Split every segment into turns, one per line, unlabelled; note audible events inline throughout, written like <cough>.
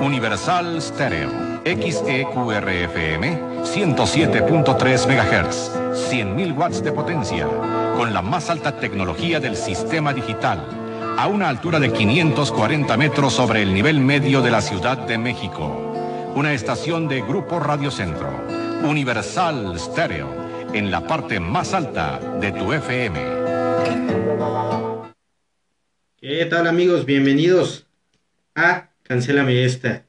Universal Stereo, E XEQRFM, 107.3 MHz, 100.000 watts de potencia, con la más alta tecnología del sistema digital, a una altura de 540 metros sobre el nivel medio de la Ciudad de México. Una estación de Grupo Radio Centro, Universal Stereo, en la parte más alta de tu FM.
¿Qué tal amigos? Bienvenidos a Cancélame esta.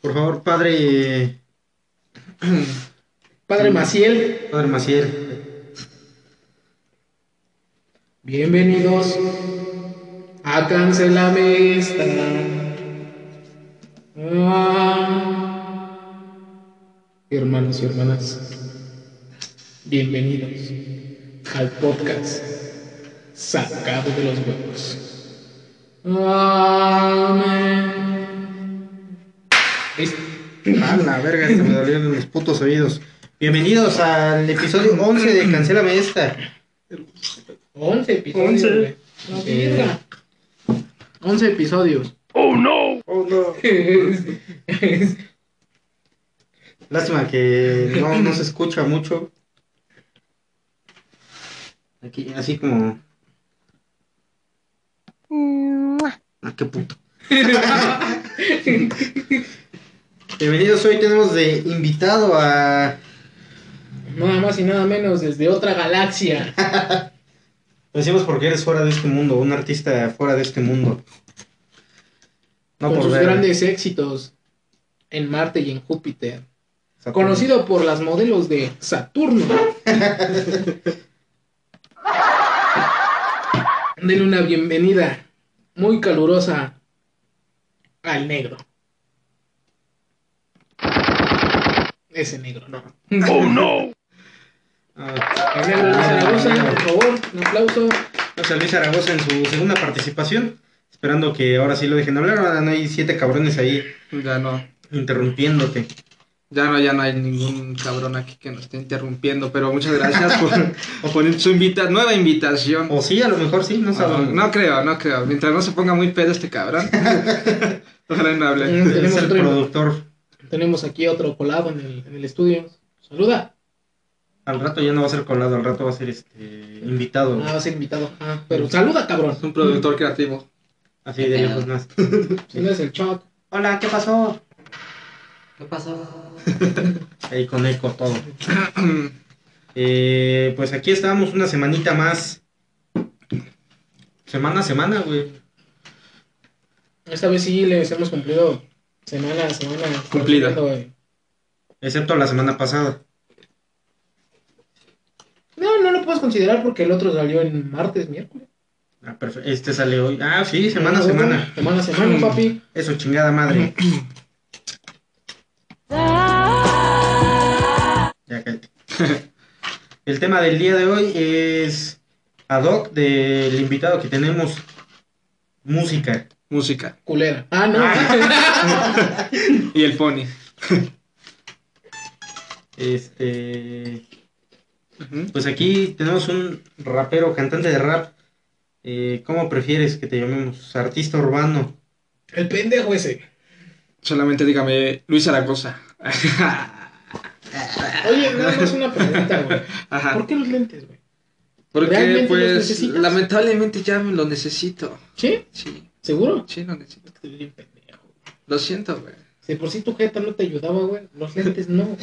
Por favor, padre. <clears throat> Padre Maciel. Padre Maciel.
Bienvenidos a Cancélame esta. Ah. Hermanos y hermanas, bienvenidos al podcast sacado de los huevos.
Amén. A la verga, se me dolieron los putos oídos. Bienvenidos al episodio 11 de Cancélame esta.
11 episodios. 11. No, verga. 11 episodios.
Oh no.
Oh no. Lástima que no, no se escucha mucho. Aquí, así como Ah, qué
<laughs>
puto. Bienvenidos, hoy tenemos de invitado a.
Nada más y nada menos, desde otra galaxia.
Lo decimos porque eres fuera de este mundo, un artista fuera de este mundo.
No Con sus ver. grandes éxitos en Marte y en Júpiter. Saturno. Conocido por las modelos de Saturno. <laughs> Denle una bienvenida muy calurosa al negro. Ese negro, no.
¡Oh, no!
Ah, el negro Luis Zaragoza, por favor, un aplauso.
Gracias Luis Zaragoza en su segunda participación. Esperando que ahora sí lo dejen hablar. Ahora no hay siete cabrones ahí.
Ya no.
Interrumpiéndote.
Ya no, ya no hay ningún cabrón aquí que nos esté interrumpiendo, pero muchas gracias
<laughs>
por, por su invita nueva invitación.
O sí, a lo mejor sí, no sabemos.
Ah, no creo, no creo. Mientras no se ponga muy pedo este
<laughs>
cabrón. Ojalá no hable.
Mm.
Es el productor.
Tenemos aquí otro colado en el, en el, estudio. Saluda.
Al rato ya no va a ser colado, al rato va a ser este invitado.
Ah, va a ser invitado. Ah, pero saluda, cabrón.
Es un productor creativo.
Así de lejos más.
Si no es el shock.
Hola, ¿qué pasó?
¿Qué pasó?
Ahí con eco <clears throat> todo. Eh, pues aquí estábamos una semanita más. Semana a semana, güey.
Esta vez sí les hemos cumplido semana a semana.
Cumplida.
Excepto la semana pasada.
No, no lo puedes considerar porque el otro salió en martes, miércoles.
Ah, perfecto. Este sale hoy. Ah, sí, semana a no, semana. Mm.
Bueno, semana a semana, papi.
Eso, chingada madre. Ya cállate. <laughs> El tema del día de hoy es ad hoc del invitado que tenemos. Música.
Música.
Culera. Ah, no. Ah.
y el pony.
Este. Uh -huh. Pues aquí tenemos un rapero, cantante de rap. Eh, ¿Cómo prefieres que te llamemos? Artista urbano.
<laughs> El pendejo ese.
Solamente dígame Luis Zaragoza. <laughs>
Oye, nada más una pregunta, güey.
Ah.
¿Por qué los lentes, güey?
Porque, pues, lamentablemente ya me lo necesito.
¿Sí?
Sí.
¿Seguro?
Sí, lo necesito. Lo siento, güey.
Si por si sí tu jeta no te ayudaba, güey, los lentes no.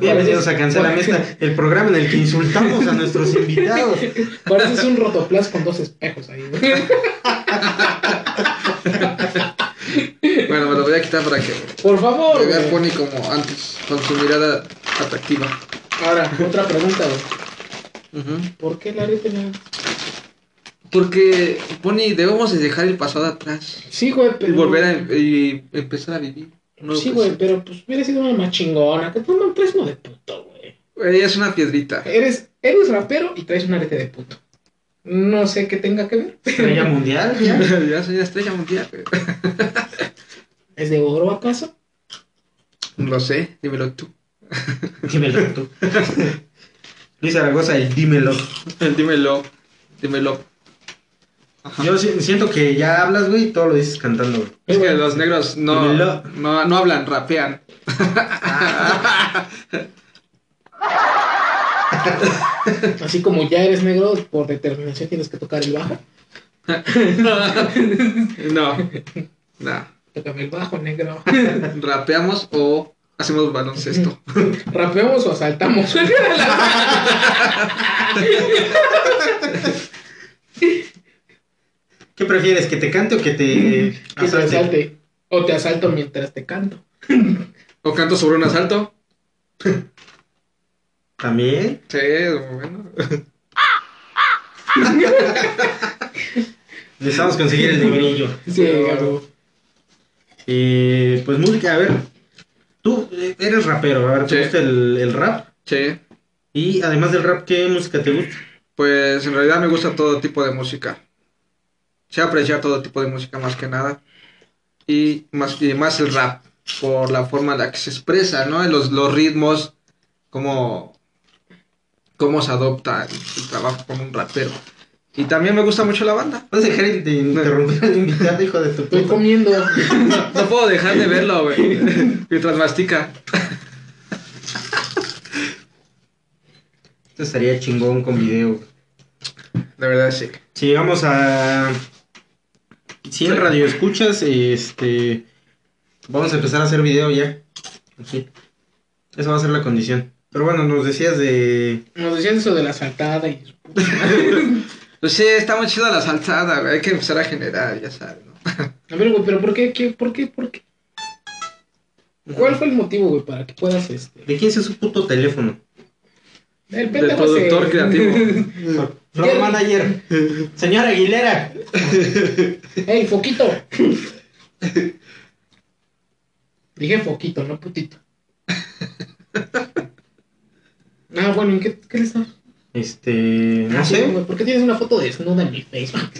Bienvenidos a Cancelar Mesta, el programa en el que insultamos a nuestros invitados.
Pareces un rotoplas con dos espejos ahí, güey.
Bueno, me lo voy a quitar para que.
Por favor.
Me vea Pony como antes, con su mirada atractiva.
Ahora, otra pregunta, güey. Uh -huh. ¿Por qué la arete no?
Porque, Pony, debemos de dejar el pasado atrás.
Sí, güey,
pero. Y volver a em-, y empezar a vivir.
No sí, güey, pero pues hubiera sido una más chingona. Que tú no traes uno de puto, güey.
Güey, es una piedrita. <laughs>
Eres, eres rapero y traes un arete de puto. No sé qué tenga que ver.
Estrella mundial, ya.
ya soy una estrella mundial. güey.
¿Es de oro acaso?
No lo sé, dímelo tú. <laughs>
Dímelo <laughs> tú. Luis Zaragoza, el dímelo.
dímelo, dímelo. Ajá.
Yo si- siento que ya hablas, güey, y todo lo dices cantando, güey.
Es que los negros no,
Dímelo.
no, no hablan, <laughs> rapean.
Así como ya eres negro, por determinación tienes que tocar el bajo.
No, no.
Tócame el bajo, negro. <laughs>
Rapeamos o hacemos <laughs> baloncesto.
¿Rapeamos o asaltamos? <laughs>
¿Qué prefieres, que te cante o que
<laughs>
te
Que te
asalte?
asalte. O te asalto mientras te canto.
O canto sobre un asalto.
¿También?
Sí, bueno.
Necesitamos conseguir el nivelillo.
Sí,
Pero-
Eh, pues música, a ver. Tú eh, eres rapero, a ver, ¿te
Sí.
gusta el, el rap?
Sí.
Y además del rap, ¿qué música te gusta?
Pues en realidad me gusta todo tipo de música. Sé apreciar todo tipo de música más que nada. Y más, y más el rap, por la forma en la que se expresa, ¿no? Los, los ritmos, cómo, cómo se adopta el, el trabajo como un rapero. Y también me gusta mucho la banda.
Vas a dejar de interrumpir al invitado, hijo de tu
Estoy
puta.
comiendo.
No puedo dejar de verlo, güey. <laughs> Mientras mastica.
Esto estaría chingón con video.
De verdad, sí.
Si llegamos a 100 radioescuchas, este. Vamos a empezar a hacer video ya. Así. Esa va a ser la condición. Pero bueno, nos decías de.
Nos decían eso de la asaltada y su puta madre.
Pues sí, está muy chida la saltada, güey. Hay que empezar a generar, ya sabes, ¿no? <laughs>
A ver, güey, pero ¿por qué? ¿Qué? ¿Por qué? ¿Por qué? ¿Cuál fue el motivo, güey, para que puedas este?
¿De quién es su puto teléfono?
El
Del
pendejo se-
productor creativo.
Floor Manager. Señora Aguilera.
<laughs> ¡Ey,
<laughs>
foquito! Dije foquito, no putito. <laughs> Ah, bueno, ¿en qué, qué le estás?
Este. No sé.
güey, ¿Por qué tienes una foto desnuda en mi Facebook?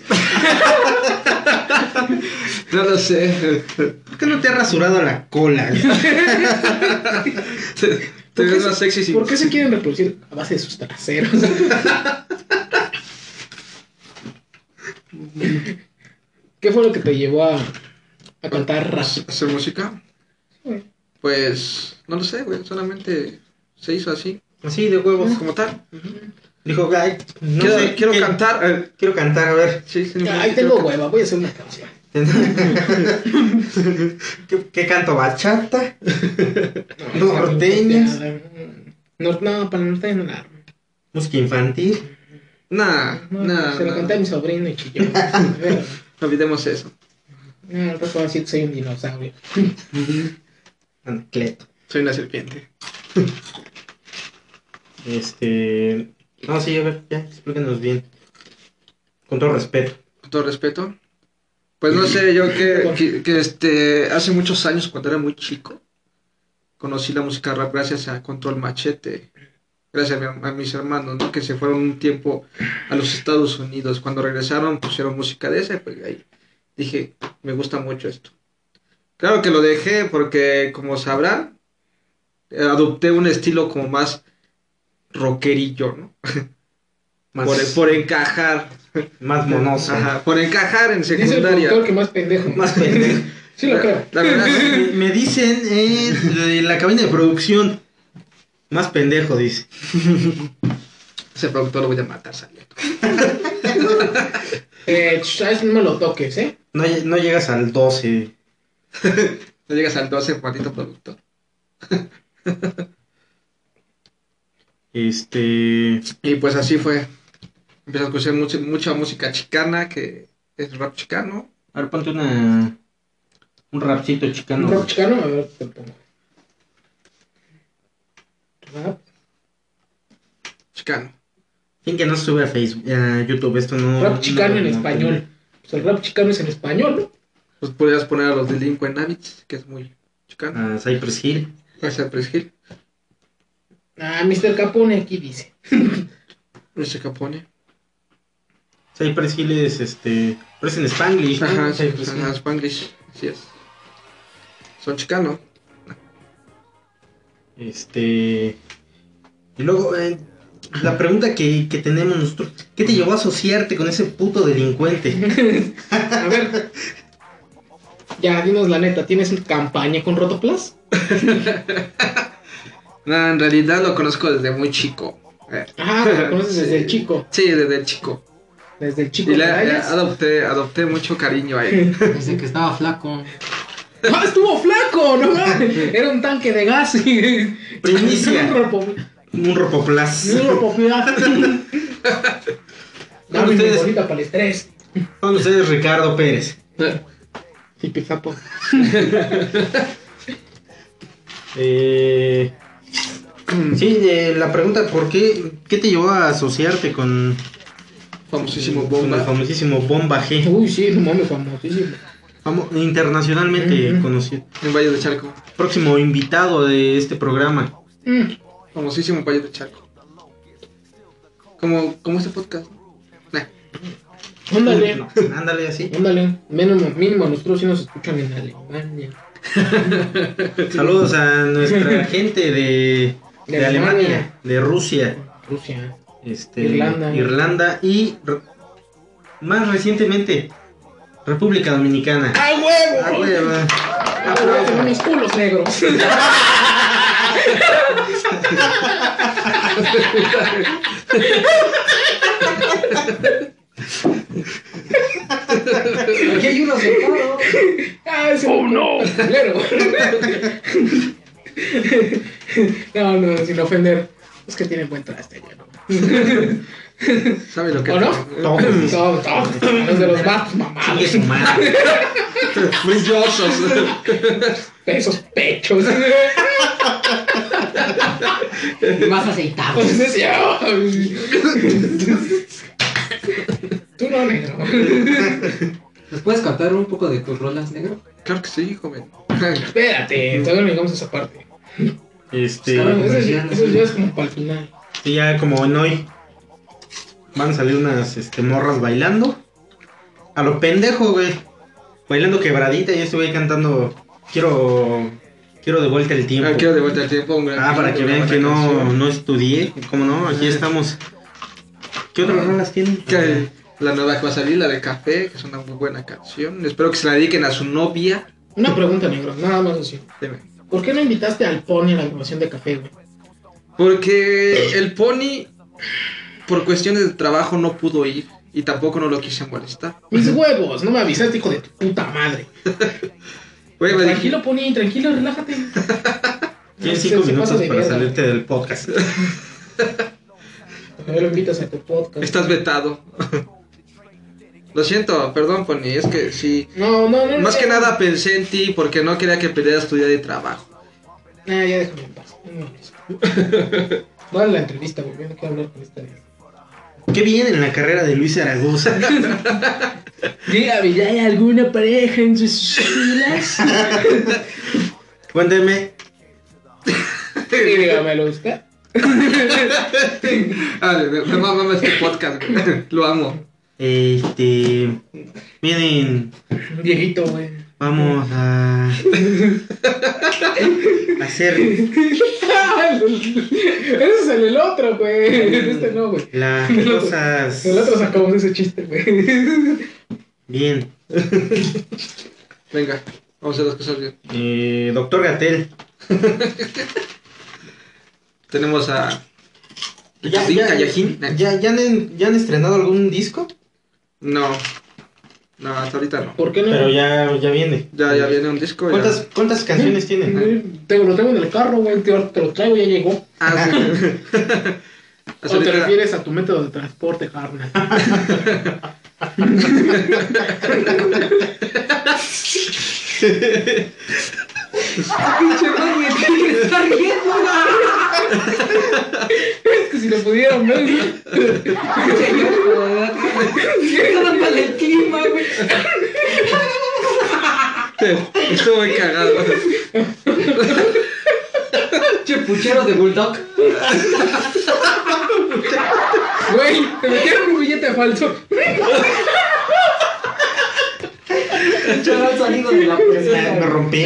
No lo sé.
¿Por qué no te ha rasurado la
<laughs>
cola?
Te, te
¿Por qué
ves
se-
más sexy sin-
¿Por qué se quieren reproducir a base de sus traseros? ¿Qué fue lo que te llevó a, a cantar rap?
hacer música?
güey?
Pues no lo sé, güey. Solamente se hizo así,
Así de huevos.
como tal.
Dijo, ay, no
quiero
sé,
quiero
¿qué-
cantar. eh,
Quiero cantar, a
<laughs>
ver.
sí, sí,
Ahí
quiero
tengo
cantar.
hueva, voy a hacer una canción.
¿Qué, qué canto? ¿Bachata? Norteñas.
Norteñas. No, no, para norteñas no la armo.
¿Música infantil?
Nah,
No,
nah,
se lo
nah.
conté a mi sobrino y chilló. A ver,
Olvidemos eso.
No, el rato va a decir que soy un dinosaurio.
Anacleto.
Soy una serpiente.
Este. No, sí, a ver, ya, explícanos bien. Con todo respeto.
Con todo respeto. Pues no sé, yo que, que- que, este, hace muchos años, cuando era muy chico, conocí la música rap gracias a Control Machete. Gracias a, mi- a mis hermanos, ¿no? Que se fueron un tiempo a los Estados Unidos. Cuando regresaron pusieron música de esa y pues ahí dije, me gusta mucho esto. Claro que lo dejé porque, como sabrán, eh, adopté un estilo como más rockerillo, ¿no?
Más,
Por, por encajar.
más monoso.
Ajá, por encajar en
Es el
secundaria.
productor que más pendejo.
Más
<laughs>
pendejo.
Sí lo creo.
La verdad,
<laughs>
Me- Me dicen eh, de la cabina de producción. Más pendejo, dice.
ese productor lo voy a matar saliendo.
Eh, ch- ¿sabes? No me lo toques, ¿eh?
No, lle- no llegas al 12.
No llegas al 12, maldito productor.
Este.
Y pues así fue. Empecé a escuchar mucha, mucha música chicana, que es rap chicano.
A ver, ponte una. Un rapcito chicano.
Un rock chicano, a ver, te pongo. Rap.
Chicano.
Fin que no se sube a Facebook, a YouTube, esto no.
Rap chicano
no- no-
en español. Pues el rap chicano es en español, ¿no?
Pues podrías poner a los Delinquent Habits, que es muy chicano.
A Ah, Cypress Hill.
A Cypress Hill,
Ah, Mr. Capone aquí dice.
Mr. Capone.
Cypress Hill es este. Pero es en Spanglish. ¿no?
Ajá,
Cypress Hill.
ajá, Spanglish, así es. Son chicano.
Este. Y luego, eh, la pregunta que, que tenemos nosotros: ¿qué te llevó a asociarte con ese puto delincuente?
A ver. Ya, dinos la neta, ¿tienes campaña con Rotoplas?
No, en realidad lo conozco desde muy chico. Eh,
Ah, lo conoces desde el chico.
Sí, desde el chico.
Desde el chico
Y le, le
Morales.
adopté, adopté mucho cariño a él.
Desde que estaba flaco.
¡Ah, estuvo flaco! ¿no? Era un tanque de gas. y-
Primicia.
<laughs> Un ropo-
Un ropoplas.
<laughs> un ropopilar. Dame mi
Ustedes-
bolita para el estrés.
Con ustedes, Ricardo Pérez.
Y pizapo.
Eh, sí, eh, la pregunta: ¿por qué, qué te llevó a asociarte con,
Famosísimo
con el
bomba.
famosísimo Bomba G?
Uy, sí, no mames, famosísimo.
Famo- internacionalmente
Ujú.
conocido.
En Valle de Charco.
Próximo invitado de este programa.
Mm,
Famosísimo Valle de Charco. Como, como este podcast. Nah.
Ándale.
No, ándale así.
Ándale. Mínimo, mínimo, nosotros sí nos escuchan en Alemania.
Saludos a
<laughs>
nuestra gente de,
De
de Alemania,
Alemania.
de Rusia,
Rusia.
este,
Irlanda.
Irlanda y re- más recientemente República Dominicana.
¡A huevo!
Ah, güey, va.
Aprovechen unos culos negros.
Aquí hay uno sentado.
Ah, ese ¡Oh, no! no, no, sin ofender. Es que tienen buen traste, ya no.
¿Sabe lo que
¿O no?
Todos.
Son todos los de los vatos
Sigue
mamados.
su madre.
Brillosos.
Esos pechos.
Más aceitado.
Pues, es yo. Tú no, negro.
¿Nos puedes cantar un poco de tus rolas, negro?
claro que sí, joven. <laughs>
Espérate, todavía no llegamos a esa parte.
Este,
Claro.
Eso, ya- eso ya es como para el final.
sí, ya como en hoy van a salir unas este, morras bailando. A lo pendejo, güey. Bailando quebradita y estuve cantando. Quiero. Quiero de vuelta el tiempo.
Ah, quiero de vuelta al tiempo. un gran-
Ah, para que
una
vean
buena
que no,
canción.
no estudié. ¿Cómo no? Aquí estamos. ¿Qué otras rolas tienen?
Que la nueva que va a salir, la de Café, que es una muy buena canción. Espero que se la dediquen a su novia.
Una pregunta, negro, nada más así.
Dime.
¿Por qué no invitaste al Pony a la grabación de café, güey?
Porque el pony, por cuestiones de trabajo, no pudo ir y tampoco no lo quise molestar.
Mis huevos, no me avisaste, hijo de tu puta madre.
Güey, me dije,
Tranquilo, Pony, tranquilo,
<laughs>
relájate.
Tienes
Se-
cinco
se pasa
minutos
de
para
verga.
salirte del podcast.
Ahí lo invitas a tu podcast.
estás vetado. <laughs> Lo siento, perdón, pony, es que sí.
No, no, no.
Más
no.
que nada pensé en ti porque no quería que pelearas tu día de trabajo.
Nah, Ah, ya déjame en paz. No me hables. Dale la entrevista, güey. Yo no quiero hablar con esta vez.
Qué bien en la carrera de Luis <laughs> Zaragoza.
Dígame, ¿ya hay alguna pareja en sus <laughs> filas?
Cuénteme.
Dígamelo usted.
Ah, me, me mama este podcast, güey. <laughs> lo amo.
Este. Miren,
Viejito, güey.
vamos a. hacer
<laughs> Ese es el, el otro, güey.
<laughs>
Este no, güey.
las
El otro-
cosas.
El otro sacamos ese chiste, güey. <laughs>
Bien.
Venga, vamos a hacer las cosas bien.
Eh, doctor Gatel.
Tenemos a.
¿Ya,
Callajín,
ya,
Callajín.
ya, ya han, ya han estrenado algún disco?
No, no, hasta ahorita no.
¿Por qué no?
Pero ya, ya viene.
Ya, ya viene un disco. ya-
¿Cuántas, ¿Cuántas canciones tienen?
Te lo tengo en el carro, güey. Te, te lo traigo, ya llegó.
Ah, sí.
¿O
Ah. <laughs>
te
Hasta ahorita- <laughs>
refieres a tu método de transporte, carnal?
Ah, Pinche madre, ¿qué está riendo?
Es que si lo pudieran ver, güey.
Cada para el clima, güey.
Estuvo muy cagado.
Pinche puchero de bulldog.
Güey, te metieron un billete falso.
Yo no he salido de la presión.
Me rompí.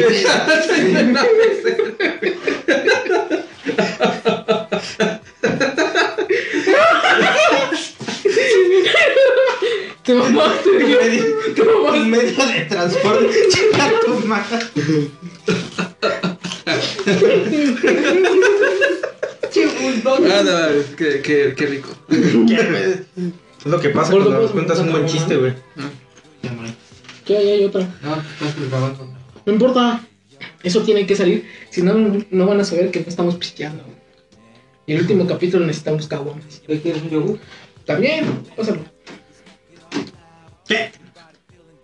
Te mamaste,
Un
güey.
medio, un medio de transporte. Chica tu madre.
Che, bulldog.
Ah, no, es que, que, que rico.
Es lo que pasa
Gordo,
cuando nos
¿puedes
cuentas un
contar
buen
alguna?
chiste, güey.
¿Qué hay? Hay otra.
No, estás por el gabazo.
No importa. Eso tiene que salir. Si no, no van a saber que no estamos pisteando. güey. Y el último capítulo necesitamos caguamas.
¿Qué quieres, un yogur?
También, pásalo.
¿Qué?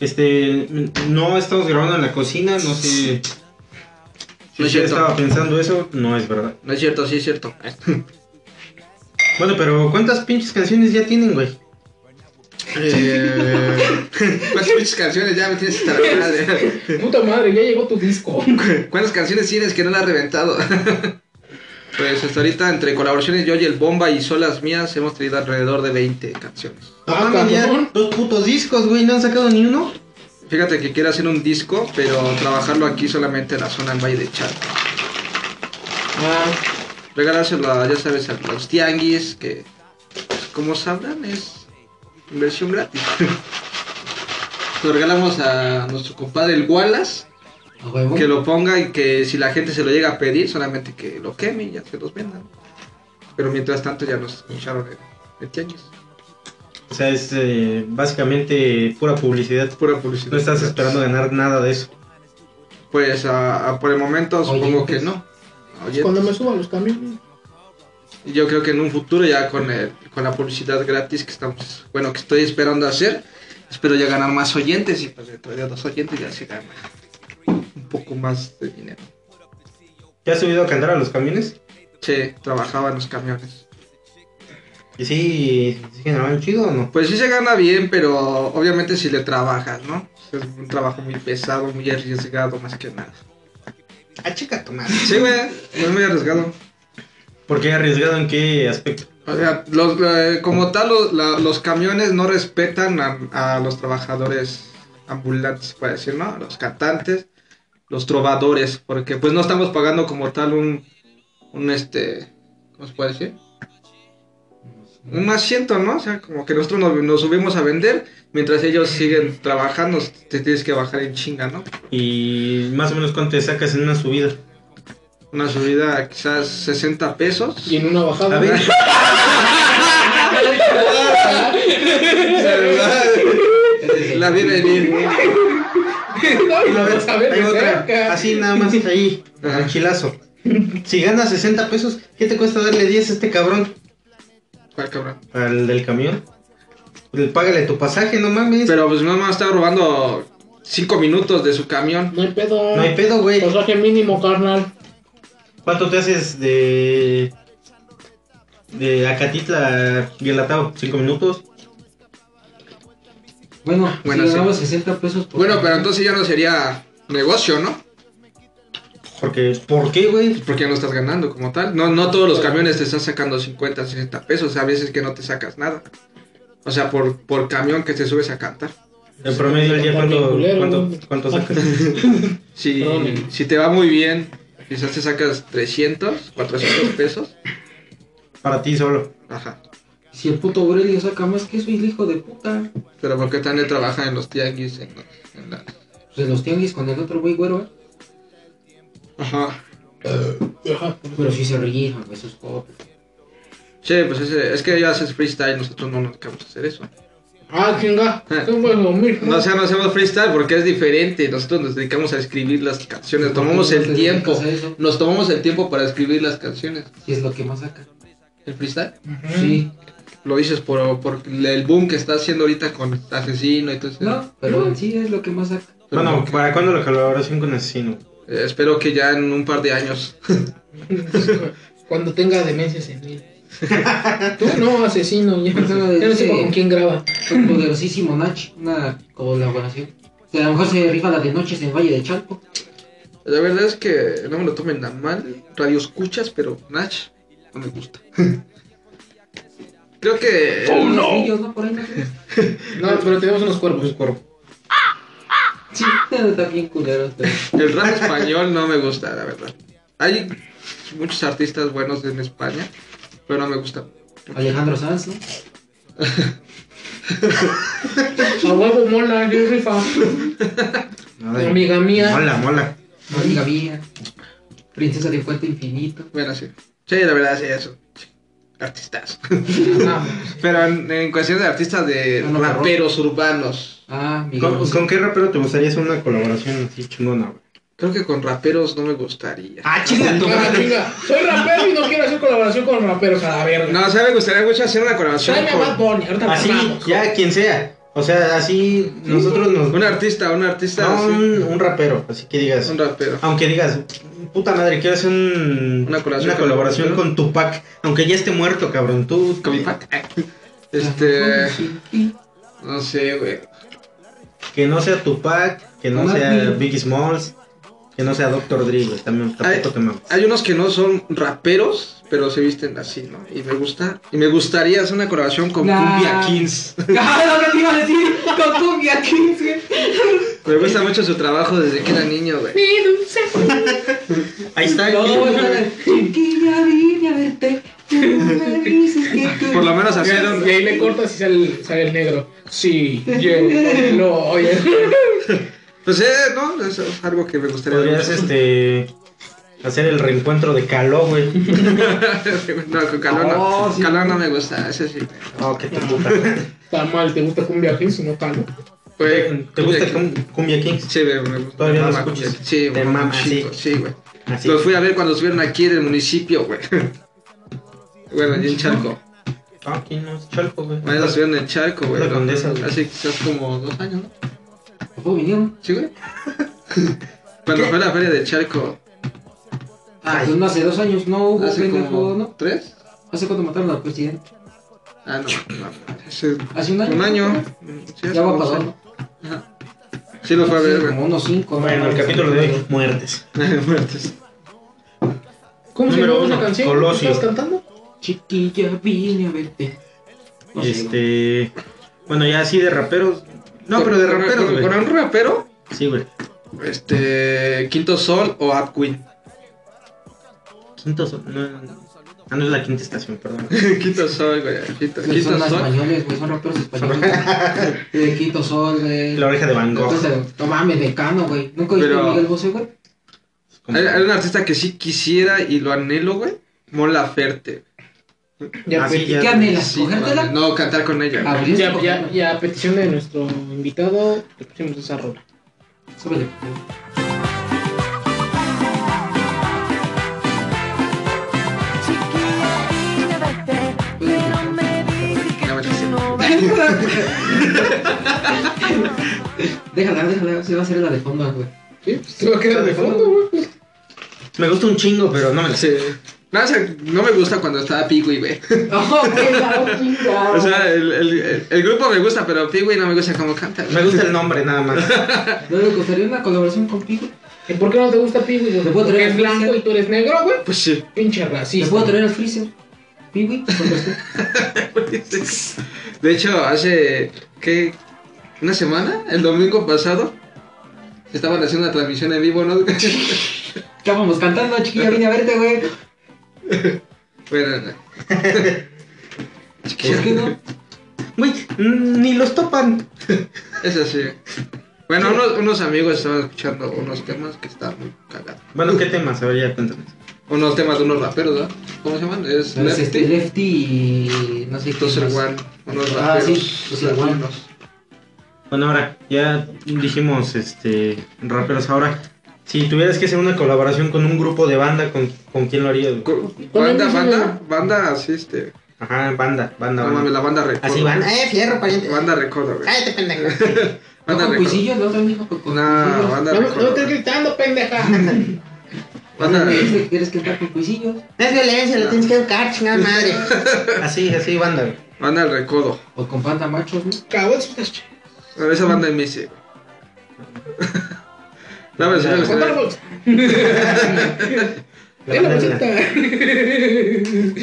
Este, no estamos grabando en la cocina, no sé. Si
No es
usted
cierto.
estaba pensando eso, no es verdad.
No es cierto, sí es cierto.
Bueno, pero ¿cuántas pinches canciones ya tienen, güey?
Eh, ¿Cuántas pinches canciones ya me tienes hasta la madre?
Puta madre, ya llegó tu disco.
¿Cuántas canciones tienes que no la has reventado? Pues hasta ahorita, entre colaboraciones yo y el Bomba y solas mías, hemos tenido alrededor de 20 canciones.
Ah,
No mames, ya
cabrón.
dos putos discos, güey, no han sacado ni uno.
Fíjate que quiero hacer un disco, pero trabajarlo aquí solamente en la zona del Valle de Chat.
Ah,
Regalárselo, a, ya sabes, a los tianguis, que pues, como sabrán es inversión gratis. <laughs> Lo regalamos a nuestro compadre el Wallace,
A huevo.
que lo ponga y que si la gente se lo llega a pedir, solamente que lo queme y ya se los vendan. Pero mientras tanto ya nos escucharon en el tianguis.
O sea, es eh, básicamente pura publicidad.
Pura publicidad.
No estás esperando ganar nada de eso.
Pues a- a- por el momento supongo que
Oyentes.
no. Oyentes.
cuando me suba los camiones.
Y Yo creo que en un futuro ya con, el- con la publicidad gratis que estamos, bueno, que estoy esperando hacer, espero ya ganar más oyentes y pues dentro de dos oyentes ya se gana un poco más de dinero.
¿Ya has subido a cantar a los camiones?
Che, trabajaba en los camiones.
¿Y sí, sí generaban chido o no?
Pues sí se gana bien, pero obviamente si le trabajas, ¿no? Es un trabajo muy pesado, muy arriesgado más que nada.
Ah, chica, tomar.
Sí, güey, es muy arriesgado.
¿Por qué arriesgado en qué aspecto?
O sea, los, eh, como tal, los, la- los camiones no respetan a, a los trabajadores ambulantes, se puede decir, ¿no? A los cantantes, los trovadores, porque pues no estamos pagando como tal un, un este, ¿cómo se puede decir? Un asiento, ¿no? O sea, como que nosotros nos, nos subimos a vender, mientras ellos siguen trabajando, te tienes que bajar en chinga, ¿no?
¿Y más o menos cuánto te sacas en una subida?
Una subida quizás 60 pesos.
Y en una bajada.
A <laughs> ver.
<laughs>
Este,
La vi venir.
<laughs>
No, y lo vas <laughs> a ver
Hay
de
otra,
cerca.
Así nada más ahí,
Ajá.
al chilazo. Si ganas 60 pesos, ¿qué te cuesta darle 10 a este cabrón?
¿Cuál cabrón?
Al del camión. Pues, Págale tu pasaje, no mames.
Pero pues mi mamá está robando cinco minutos de su camión.
No hay pedo.
no hay pedo, güey.
Pasaje mínimo, carnal.
¿Cuánto te haces de. de Acatitla a Guelatao? ¿Cinco minutos?
Bueno,
Bueno,
si
sí.
ganamos 60 pesos por...
Bueno, pero entonces ya no sería negocio, ¿no? Pues,
Porque, ¿por qué, güey?
Porque ya no estás ganando como tal. No, no todos los camiones te están sacando 50, 60 pesos. A veces que no te sacas nada. O sea, por, por camión que te subes a cantar.
En promedio al día,
Está bien
¿cuánto,
culero, güey.
cuánto, cuánto sacas?
Si,
Perdón.
si te va muy bien, quizás te sacas 300, 400 pesos.
Para ti solo.
Ajá.
Si el puto Aurelio saca más que eso, el hijo de puta.
Pero porque también trabaja en los tianguis. En los- en la-
Pues en los tianguis con el otro güey güero, ¿eh?
Ajá.
Ajá.
Pero sí se rellenan, güey, esos pobres.
Sí, pues ese- es que ellos hacen freestyle. Nosotros no nos dedicamos a hacer eso.
Ah, chinga.
Eh.
Es un buen dormir.
No, o sea, no hacemos freestyle porque es diferente. Nosotros nos dedicamos a escribir las canciones. Tomamos
¿Por qué
el
te dedicas
tiempo.
a eso?
Nos tomamos el tiempo para escribir las canciones.
Si es lo que más saca.
¿El freestyle?
Ujú.
Sí.
Lo dices por, por el boom que está haciendo ahorita con Asesino y todo eso.
No,
Mm.
pero en sí es lo que más saca.
Pero
Bueno,
que-
¿para cuándo la colaboración con Asesino?
eh, espero que ya en un par de años.
<laughs> Cuando tenga demencia senil.
<laughs>
Tú no, asesino. Ya, ya no sé con quién graba.
Un poderosísimo Nach, una colaboración. O sea, a lo mejor se rifa la de noches en Valle de Chalco.
La verdad es que no me lo tomen tan mal. Radio escuchas, pero Nach no me gusta. <laughs> Creo que.
Oh, no. Ellos, ¿no? Por ahí no sé.
No, pero tenemos unos cuervos.
Un cuervo.
Sí, <laughs> está bien culero. este.
El rap español no me gusta, la verdad. Hay muchos artistas buenos en España, pero no me gusta.
Alejandro Sanz, ¿no?
A huevo mola, yo
<laughs>
rifa. Ah,
Ay,
Amiga mía.
Mola, mola.
Amiga mía. Princesa de un cuento infinito.
Bueno, sí. Sí, la verdad, sí, eso. Artistas.
Ah,
<laughs> Pero en, en cuestión de artistas de
No, no,
raperos urbanos.
ah Miguel
¿Con,
Bosé.
con qué rapero te gustaría hacer una colaboración así chingona, güey?
Creo que con raperos no me gustaría.
Ah, chinga tu
Ah, chinga, Soy rapero y no quiero hacer colaboración con raperos a la verga.
No, o sea, me gustaría mucho hacer una colaboración
Tráeme a Bad
con
Bunny, ahorita
Así,
pasamos.
ya quien sea. O sea, así nosotros nos.
un artista, un artista.
No, Ah,
así.
un, un rapero, así que digas.
Un rapero.
Aunque digas, puta madre, quiero hacer un-
Una colaboración
una colaboración
con-
con Tupac. Aunque ya esté muerto, cabrón. Tú,
Con mi pack.
Ah,
Este. No sé, güey.
Que no sea Tupac, que no
Con
sea
Martin.
Biggie Smalls, que no sea Dr. Dre, güey. También,
Ay.
tampoco te mames.
Hay unos que no son raperos, pero se visten así, ¿no? Y me gusta. Y me gustaría hacer una colaboración con
Nah.
Cumbia Kings.
Ah, lo que te iba a decir. Con cumbia 15.
Me gusta mucho su trabajo desde que era niño, güey.
Mi dulce.
<laughs> Ahí está.
No, no, no. Chiquilla, vine a verte. Tú me dices que tú-
Por lo menos hacer
Y ahí le cortas y sale el, sale el negro. Sí, yeah, no, oye.
Pues eh, no, eso es algo que me gustaría
Podrías este hacer el reencuentro de Caló, güey.
<laughs> no, con calor no.
Oh, sí.
Calor no me gusta, ese sí.
Oh, qué te gusta.
Está mal, ¿te gusta cumbia Kings o no calo?
Güey,
¿Te gusta
Cumbia
cum- Cumbia Kings?
Kings? Sí, güey, me gusta.
Todavía lo
Mama,
escuchas.
Cumbia Kings. Sí,
Te
güey,
mama,
un chingo,
sí.
sí, güey.
Así.
Los fui a ver cuando estuvieron aquí en el municipio, güey. <laughs> Bueno, allí en Charco.
Ah, aquí no es Chalco, güey.
Bueno, los vieron en Charco, güey.
La
¿no?
Condesa, güey.
Hace quizás como dos años, ¿no?
¿Cómo vinieron?
¿Sí, güey? <laughs> Cuando fue la feria de Charco,
Ah, no, hace dos años no hubo
hace
pendejo,
como
¿no?
tres.
¿Hace cuánto mataron al presidente?
Ah, no, no. Hace
¿Hace un año?
un año. Sí, hace
Ya va a
como dos
pasar.
años. Ajá. Sí, lo fue a ver,
Sí,
güey. <laughs>
como unos cinco. ¿no?
Bueno, el capítulo de hoy, muertes.
Muertes.
¿Cómo se
Número
llama esa
uno,
canción?
Colosio.
¿Estás cantando?
Chiquilla, vine a verte. No sé, güey.
Este. Bueno, ya así de raperos. No,
Con-
pero de
con-
raperos,
con, con
güey.
un rapero,
Sí, güey.
este, Quinto Sol o Up Queen.
Quinto. son- No, no. Ah, no es la quinta estación, perdón.
<laughs> Quinto Sol, güey. Quinto,
Son
Quinto Sol.
españoles, güey, son raperos españoles. de Quito Sol, güey.
La oreja de Van Gogh.
Entonces, no mames, decano, güey. Nunca oíste
Pero-
a Miguel Bosé, güey.
Como-
Hay, hay un artista que sí quisiera y lo anhelo, güey. Mola Ferte.
Ya,
Ah, sí,
pe-
ya.
¿Qué anhelas?
Sí,
¿Cogértela?
mames. no, cantar con ella.
Ah,
güey.
güey,
ya, ya- ya a petición de nuestro invitado, le pusimos esa rola.
Súbele.
Chiquilla, vine a verte, pero me dice que
Ya me
tú
Ah,
no vas.
Déjala, déjala, se va a hacer la de fondo, güey.
Sí, pues te va a quedar de fondo, <laughs> güey.
Me gusta un chingo, pero no me la sé.
Sí. No, o sea, no me gusta cuando está Pigui, güey.
Ah,
¡Oh, qué la chingada!
O sea, el, el- el- el grupo me gusta, pero Pigui no me gusta cómo canta. güey.
Me gusta el nombre, nada más.
<laughs>
¿No le gustaría una colaboración contigo?
¿Y por qué no te gusta Pigui, güey?
¿Te puedo
Porque
traer
es
un
blanco
freezer?
y tú eres negro, güey.
Pues sí.
Pinche
¿Te
racista.
puedo traer al freezer? Pingüi, con respeto.
De hecho, hace. ¿Qué? ¿Una semana? El domingo pasado. Estaban haciendo una transmisión en vivo, ¿no? <laughs>
Estábamos cantando, chiquilla, vine a verte, güey.
Bueno, no.
¿Por qué no?
Este,
Güey, mm, ni los topan.
Es así. Bueno, unos, unos amigos estaban escuchando unos temas que estaban muy cagados.
Bueno, ¿qué temas? A ver, ya cuéntanos.
Unos temas de unos raperos, ¿verdad? ¿Cómo se llaman? Es
Es este,
Lefty.
Lefty y no sé qué
Toser
más.
One. Unos
Ah,
raperos.
sí, Toser One.
latinos.
Bueno, ahora, ya dijimos este raperos. Ahora, si tuvieras que hacer una colaboración con un grupo de banda, ¿con, con quién lo harías? güey?
Banda, banda, banda, así este.
Ajá, banda, banda.
No
banda.
mames, la banda recuerdo.
Así van. ¡Eh, fierro, pariente!
Banda recuerdo, güey.
¡Cállate, pendejo!
No,
<laughs>
pues
Banda
con
recuerdo.
Cuisillo, el otro dijo con
No,
Cuisillo.
banda
No, no
recuerdo.
estés gritando, <laughs> pendeja.
Banda
Me dice que ¿Quieres cantar con Cuisillo?
No es violencia, lo tienes que educar, chingada madre.
Así, así, banda. güey.
Banda del recodo.
O con Panda Machos, ¿no?
Cago en su tache.
Bueno, Esa banda en Messi. No, pero sí me
Con
gustaría.
Starbucks. Es la
banda de la-
bolsita.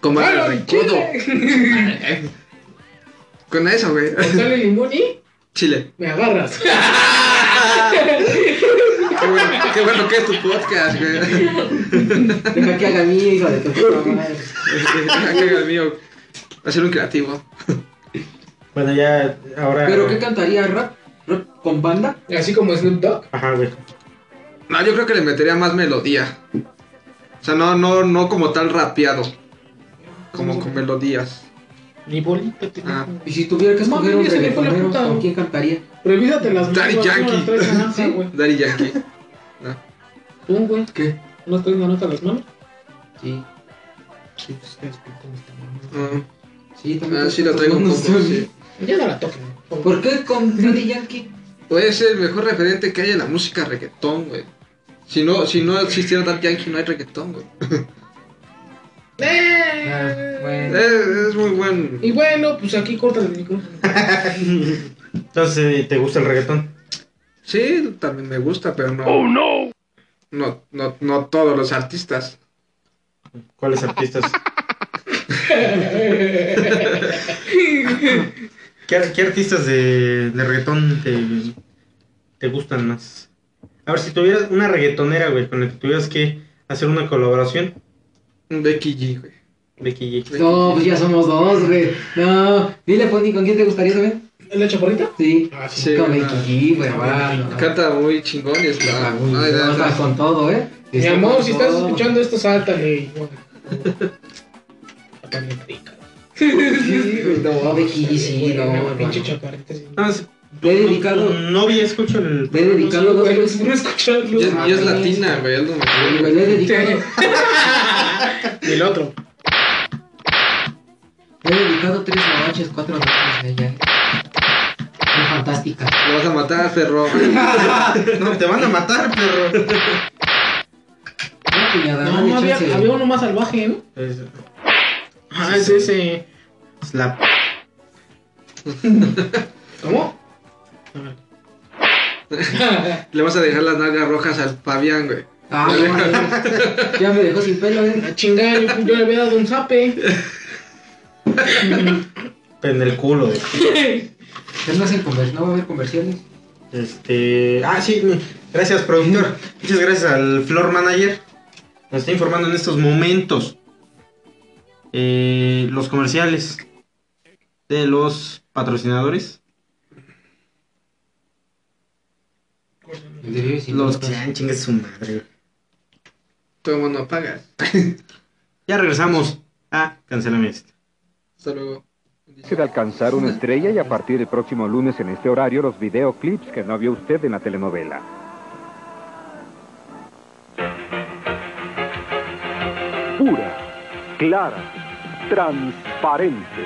Con barra
¡Claro,
de
el
codo.
chile!
<laughs> Con eso, güey. <laughs>
Me sale limón y
Chile.
me agarras.
Qué bueno, qué bueno que es tu podcast, güey. <laughs>
Deja que haga mi hijo de tu puta madre.
Acá el mío. Hacer un creativo.
Bueno, ya, ahora.
¿Pero qué cantaría rap? ¿Rap con banda?
Así como Snoop Dogg.
Ajá, güey.
No, yo creo que le metería más melodía. O sea, no, no, no como tal rapeado. Como con melodías.
Ni bolita te
Ah.
Y si tuviera que escoger
Mami,
un
ese le fue la
reggaetonero,
puta.
¿con quién cantaría?
Revísate las
Daddy
manos,
Yankee.
unas tres en alza, güey.
Daddy
<laughs>
Yankee.
Pum, güey.
¿Qué?
¿No traes la nota en las manos?
Sí.
Sí, pues ustedes pintan
este
esta mamada.
Ah,
Sí, también.
ah, sí, lo traigo un poco. sí.
Ya no la toquen.
¿Por qué con Daddy Yankee?
Güey, es el mejor referente que hay en la música reggaetón, güey. Si no, si no existiera Daddy Yankee, no hay reggaetón, güey.
Ah, bueno.
Es, es muy buen.
Eh. Y bueno, pues aquí corta el micrófono.
Entonces, eh, ¿te gusta el reggaetón?
Sí, también me gusta, pero no. ¡Oh, no! No, no, no todos los artistas.
¿Cuáles artistas? ¿Qué, ar- qué artistas de, de reggaetón te, te gustan más? A ver, si tuvieras una reggaetonera, güey, con la que tuvieras que hacer una colaboración,
Becky G, güey.
Becky G.
No, pues ya somos dos, güey. No. Dile, Pony, ¿con quién te gustaría saber?
¿La chaparrita?
Sí.
Ah, sí.
Sí,
con
una-
Becky G, güey, va.
Canta muy chingón y está.
Ah, güey,
Ay, da-
está
da-
con todo, ¿eh?
Mi
Está
amor,
con
si estás
todo.
escuchando esto, sáltale. <laughs> Bueno. Acá me pica.
Sí, güey, no, Becky G, sí, no,
Una
hermano.
Pinche chaparrita. sí.
Nada más, tu,
Ve
tu-
dedicado.
tu novia escucha el...
Ve dedicado dos
Güey,
veces.
No escucharlo.
Y es, y es
Ah,
latina, güey. es lo mejor,
Güey,
güey.
le he dedicado,
<laughs> Y el otro.
le he dedicado tres noches, cuatro noches a ella. Qué fantástica.
Lo vas a matar, perro.
No, te van a matar, perro.
Una cuñada,
No,
dale
había,
Ah, chance.
había uno más salvaje, ¿no?
Es-
Ah, es ese.
es la...
¿Cómo? <laughs>
<laughs>
Le vas a dejar las nalgas rojas al Fabián, güey.
Ah, no, madre. ya me dejó sin pelo, ¿eh?
A chingar, yo, yo le había dado un zape.
En el culo, güey.
Ya no hacen comer, no va a haber comerciales.
Este. Ah, sí, mm, gracias, productor. Muchas gracias al Floor Manager. Nos está informando en estos momentos eh, los comerciales de los patrocinadores. Los que ah, chingue su madre. güey.
Todo el mundo paga.
Ya regresamos. Ah, cancelame esto.
Hasta luego.
de alcanzar una estrella y a partir del próximo lunes en este horario los videoclips que no vio usted en la telenovela. Pura, clara, transparente.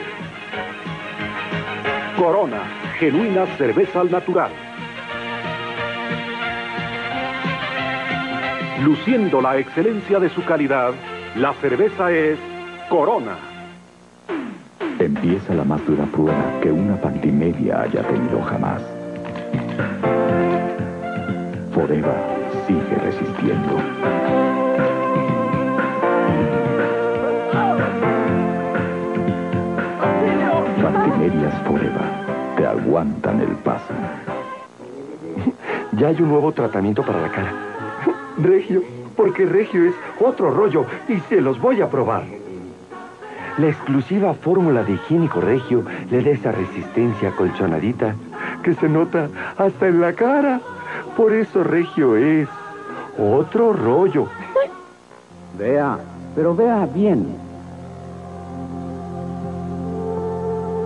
Corona, genuina cerveza al natural. Luciendo la excelencia de su calidad, la cerveza es Corona. Empieza la más dura prueba que una pantimedia haya tenido jamás. Forever sigue resistiendo. Pantimedias Forever te aguantan el paso.
Ya hay un nuevo tratamiento para la cara. <laughs> Regio, porque Regio es otro rollo y se los voy a probar. La exclusiva fórmula de higiénico Regio le da esa resistencia colchonadita que se nota hasta en la cara. Por eso Regio es otro rollo.
Vea, pero vea bien.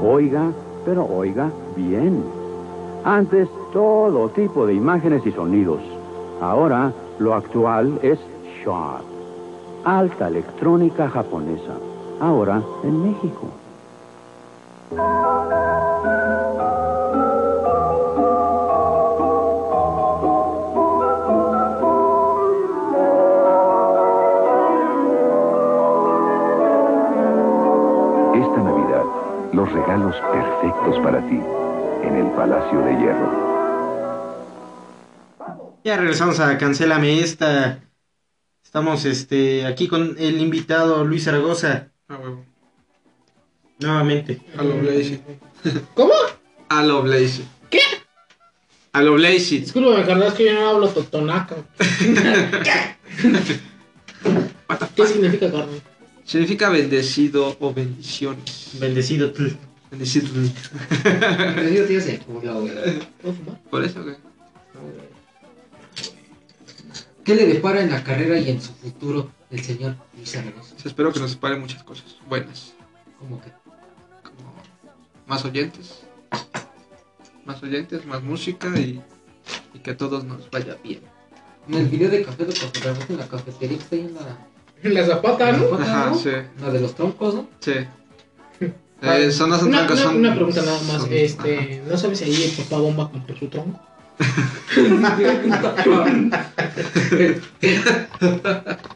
Oiga, pero oiga bien. Antes todo tipo de imágenes y sonidos. Ahora lo actual es Sharp. Alta electrónica japonesa. Ahora en México.
Esta Navidad, los regalos perfectos para ti en el Palacio de Hierro.
Ya regresamos a cancelame esta. Estamos este aquí con el invitado Luis Zaragoza.
A Ah, huevo.
Nuevamente.
A lo Blazy.
¿Cómo?
A lo Blazy.
¿Qué?
A lo Blazy.
Disculpa, carnal, es que yo no hablo totonaca. ¿Qué significa, carnal?
Significa bendecido o bendiciones.
Bendecido tú.
Bendecido.
Te digo, tío, se culo, güey.
¿Puedo fumar?
Por eso, güey.
¿Qué le depara en la carrera y en su futuro el señor Luis Arredondo?
Pues Espero que nos separen muchas cosas buenas.
Como que
Como más oyentes. Más oyentes, más música y, y que a todos nos vaya bien.
en el video de café lo fotografaste en la cafetería que está ahí en la.
La zapata, ¿no?
Ajá,
¿no?
sí.
La de los troncos, ¿no?
Sí.
<laughs> Vale.
Eh, son las
Una,
atrancas,
una-
son-
una pregunta nada más.
son- ajá.
este, ¿No sabes si ahí el papá bomba compró su tronco? <laughs>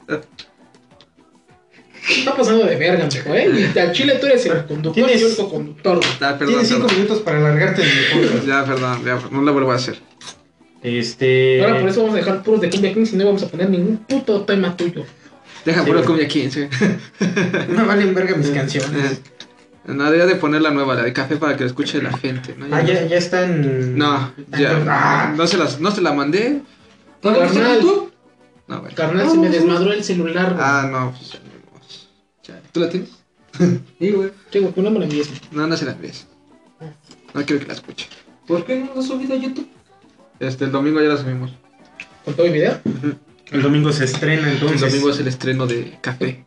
Está pasando de verga, mijo, ¿eh? Y al chile tú eres el conductor y
¿Tienes-
yo el conductor.
Ah, perdón,
Tienes cinco
perdón.
minutos para largarte de mi podcast.
Ya, perdón, ya, no lo vuelvo a hacer.
Este.
Ahora por
<laughs>
eso vamos a dejar puros de Cumbia Kings y no vamos a poner ningún puto tema tuyo.
Deja
Sí,
puro
güey.
cumbia 15.
Me valen verga mis canciones.
No, debería de poner la nueva, la de café, para que la escuche la gente. ¿no?
Ah, ya, ya están.
No, ya.
Ah.
No, se las, no se la mandé.
¿Todavía no está en
Carnal.
YouTube?
No, bueno.
Carnal, se me desmadró el celular. güey.
Ah, no. pues, ya, ni modo. Chale. ¿Tú la tienes?
<laughs> Sí, güey.
Che, güey, una maravilla.
No, no se la envíes. No quiero que la escuche.
¿Por qué no lo has subido a YouTube?
Este, el domingo ya la subimos.
¿Con todo el video?
El domingo se estrena
El
entonces.
domingo es el estreno de café.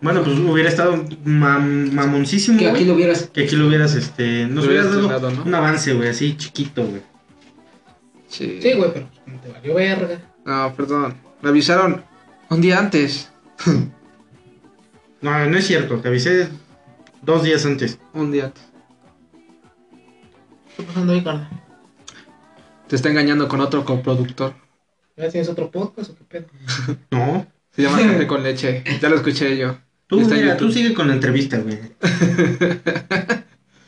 Bueno, pues hubiera estado mam- mamoncísimo.
Que
güey,
aquí lo vieras.
que aquí lo hubieras, este. Nos
Lo hubieras
hubieras dado
estrenado, ¿no?
un avance, güey, así chiquito, güey.
Sí.
Sí, güey, pero como te valió verga.
No, perdón. Me avisaron un día antes.
No, no es cierto, te avisé dos días antes.
Un día antes.
¿Qué está pasando ahí, carnal?
Te está engañando con otro coproductor.
¿Ya tienes otro podcast o qué pedo?
No.
Se llama Café con Leche. Ya lo escuché yo.
Tú,
Está en
mira,
YouTube.
tú sigue con la entrevista, güey.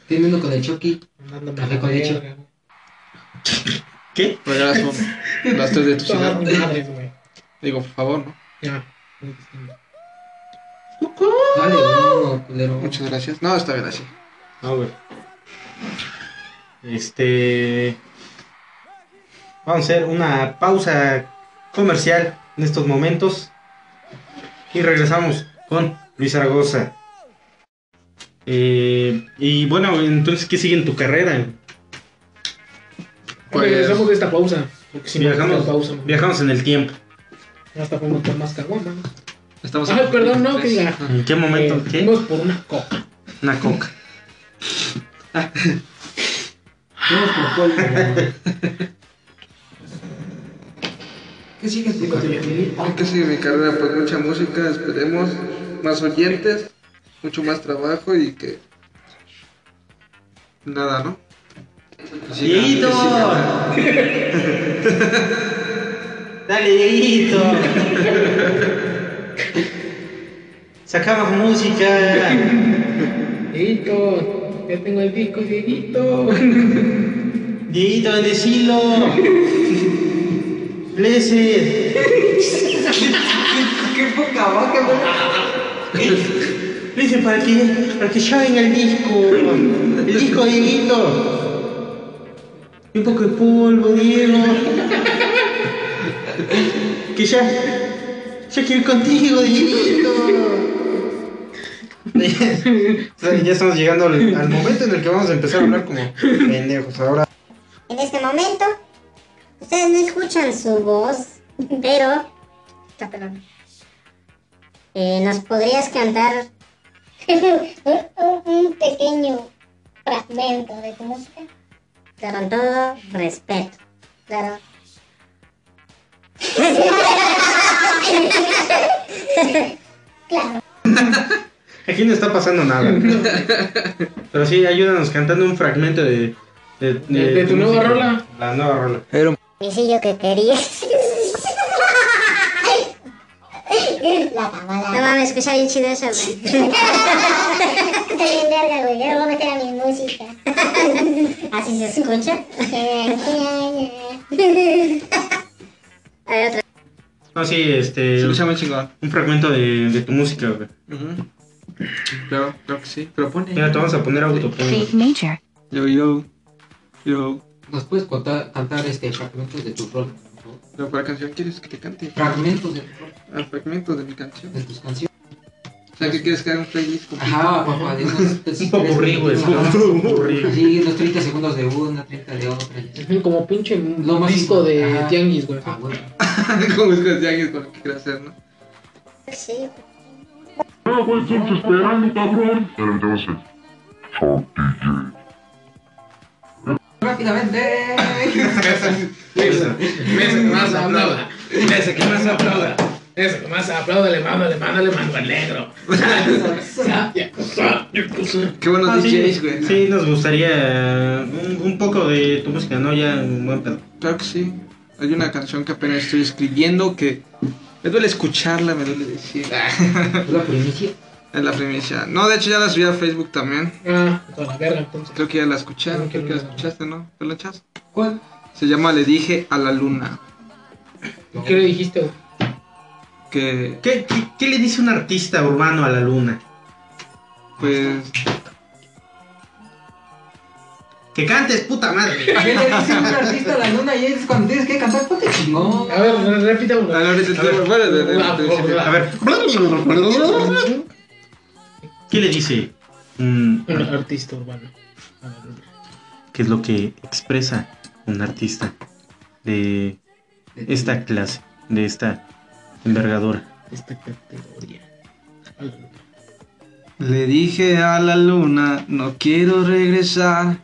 Tiene uno con el Chucky.
Mandándome
Café
la
con leche.
verga, güey.
¿Qué?
<laughs>
Regalas un- Pues las tres de tu
Todas
cigarro.
mis madres, güey.
Digo, por favor, ¿no?
Ya. muy distinto.
Dale, güey, no, culero.
Muchas gracias. No, está bien así.
No, güey. Este. Vamos a hacer una pausa comercial en estos momentos. Y regresamos con Luis Zaragoza. Eh, y bueno, entonces, ¿qué sigue en tu carrera?
Pues-
Regresamos de esta pausa. Porque si no,
viajamos,
esta pausa, güey.
viajamos en el tiempo.
Hasta fuimos por más caguamas.
Estamos
Ay, perdón, no, que diga.
¿En qué momento?
Eh,
¿Qué?
Fuimos por una coca.
Una coca.
Vamos por cuál, güey. ¿Qué sigues tu carnal?
que sigue mi carrera? Pues mucha música, esperemos. Más oyentes, mucho más trabajo y que. Nada, ¿no?
¡Dieguito! Dale, Dieguito. Sacamos música.
Dieguito, ya tengo el disco, Dieguito.
Dieguito, <laughs> bendecilo. Blessed.
Qué poca vaca, güey.
Blessed para que, para que ya venga el disco. El disco, Dieguito. Un poco de polvo, Diego. Que ya. Ya quiero ir contigo, <laughs> Dieguito. ya estamos llegando al, al momento en el que vamos a empezar a hablar como pendejos. Ahora
En este momento, ustedes no escuchan su voz, pero. Está pelón. Eh, ¿Nos podrías cantar <laughs> un- un pequeño fragmento de tu música? Con todo respeto. Claro.
Aquí no está pasando
<laughs>
nada. Pero sí, ayúdanos cantando un fragmento de. De,
De- de tu nueva
música.
rola.
La nueva rola.
Visillo que querías. No mames, escucha bien chido eso, güey. <laughs> Está bien verga, güey. Yo lo voy a meter a mi música. ¿Así se escucha? a ver, otra.
No, sí, este.
Se escucha muy chingón.
Un fragmento de, de tu música, güey.
Ujú. Claro, claro que sí. Pero pone.
Mira, te vamos a poner autopunk.
Nature.
Yo, yo, yo.
¿Nos puedes contar, cantar este, fragmentos de tu rol? por favor?
Pero, ¿Cuál canción quieres que te cante?
Fragmentos de tu rol,
Al fragmento de mi canción.
de tus canciones.
O sea, que quieres que haga un playlist completo? <laughs>
Ajá, papá, de
<laughs>
unos.
Un poco güey.
Ajá.
Un popurrí.
Sí, unos 30 segundos de una, 30 de otra. y así.
Ujú, Como pinche
Lo más-
disco de
Ajá.
Tianguis, güey.
Ah, bueno.
Como es que decía alguien con lo que quiero hacer, ¿no?
Sí.
Rápidamente. <laughs>
Eso.
Eso que más aplauda.
Ese que más aplauda.
Eso que más aplauda, le mando, le mando, le mando al negro.
Qué buenos
Ah, sí,
DJs, güey.
sí, nos gustaría un, un poco de tu música, ¿no? Ya un buen pedo.
Claro que sí. Hay una canción que apenas estoy escribiendo que me duele escucharla, me duele decirla.
Es la primicia.
es la primicia. No, de hecho ya la subí a Facebook también.
Ah, toda la verga, entonces.
Creo que ya la escucharon, creo que la escuchaste, ¿no? ¿Te la echaste?
¿Cuál?
Se llama Le dije a la luna.
¿Qué le dijiste, güey?
Que,
¿Qué, qué, qué le dice un artista urbano a la luna?
pues,
Que cantes, puta
<laughs>
madre.
¿Qué le dice un artista a la luna y es cuando tienes que cantar? Ponte chingón.
A ver, repita uno.
A ver, ahorita te- bueno, de- de-
Ah,
de-
A ver. ¿Qué le dice? un
Un
ar-
artista urbano. A la luna.
¿Qué es lo que expresa un artista de esta clase, de esta envergadura?
Esta categoría. A la luna.
Le dije a la luna, no quiero regresar,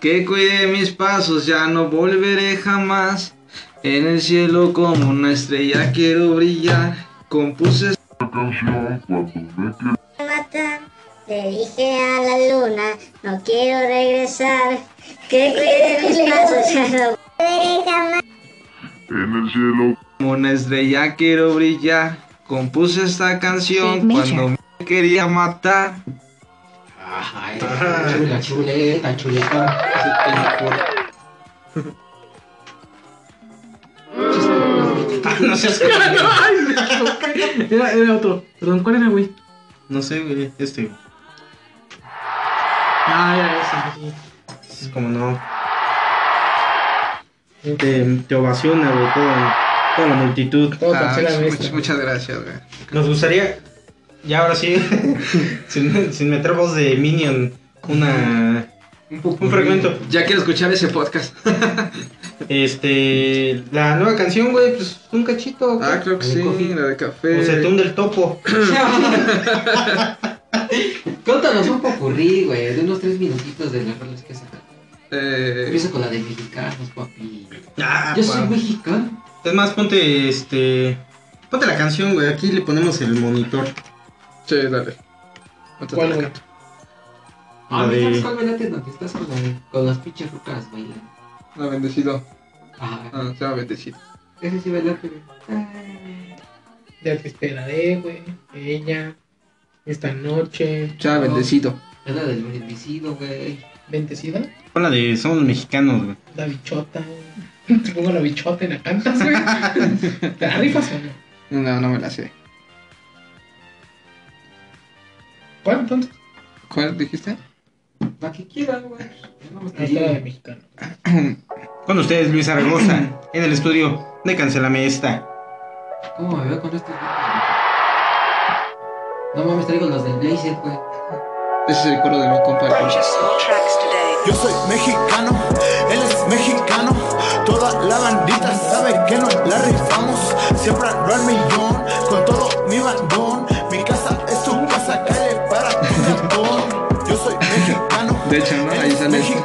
que cuide mis pasos, ya no volveré jamás. En el cielo como una estrella quiero brillar, compuse...
Matan. Le dije a la luna, no quiero regresar. Que cuide mis pasos, ya no volveré jamás.
Como una estrella quiero brillar, compuse esta canción
Big
cuando me quería matar.
Ay, chula, chuleta, chuleta.
no <laughs> seas
Era, era otro. Perdón, ¿cuál era, güey?
No sé, güey, este.
Ah, era ese, sí.
Es como no. Te, te ovaciona, güey, toda, toda la multitud.
Todo
Ah,
tercera
much-
vez.
muchas gracias, güey.
Nos gustaría, ya ahora sí, <laughs> sin, sin meter voz de Minion, una,
Un poco.
un fragmento.
Ya quiero escuchar ese podcast.
Este, la nueva canción, güey, pues un cachito.
Ah, creo que
El
sí,
coffee.
la
O
de
se
café.
tunde el topo.
Cuéntanos un popurrí, güey, de unos tres minutitos de las rolas que sacan.
Eh,
Empieza con la de mexicanos, papi.
Ah,
Yo soy
pa.
mexicano.
Es más, ponte este. Ponte la canción, güey. Aquí le ponemos el monitor.
sí, dale. Otra
¿Cuál,
vez.
güey?
Ah,
A
La de-
mí, ¿sabes cuál me late? Donde estás con, la- con las pinches rucas bailando.
La bendecido.
Ah,
Ah, se llama bendecido.
ese sí me late, güey. Ah.
Ya te esperaré, güey. Ella. Esta noche.
Se llama
No.
bendecido.
Es la del bendecido, güey.
Bendecida.
Pon la de Somos Mexicanos, güey.
La bichota. güey. Te pongo la bichota y la cantas, <laughs> güey. ¿Te la rifas o no?
No, no me la sé.
¿Cuál entonces?
¿Cuál dijiste?
La que quieran, güey. Ya no me está
Ahí está la de
yendo.
mexicano.
Con ustedes, Luis
<clears throat>
Zaragoza, en el estudio de Cancelame esta.
¿Cómo me veo con estos güeyes? No mames, traigo los del Blazer, güey.
Ese es el coro de mi compa.
Yo soy mexicano, él es mexicano. Toda la bandita sabe que nos la rifamos. Siempre ando al millón, con todo mi bandón. Mi casa es su casa, calle para tu cantón. Yo soy mexicano.
De hecho, ¿no? Ahí sale esto.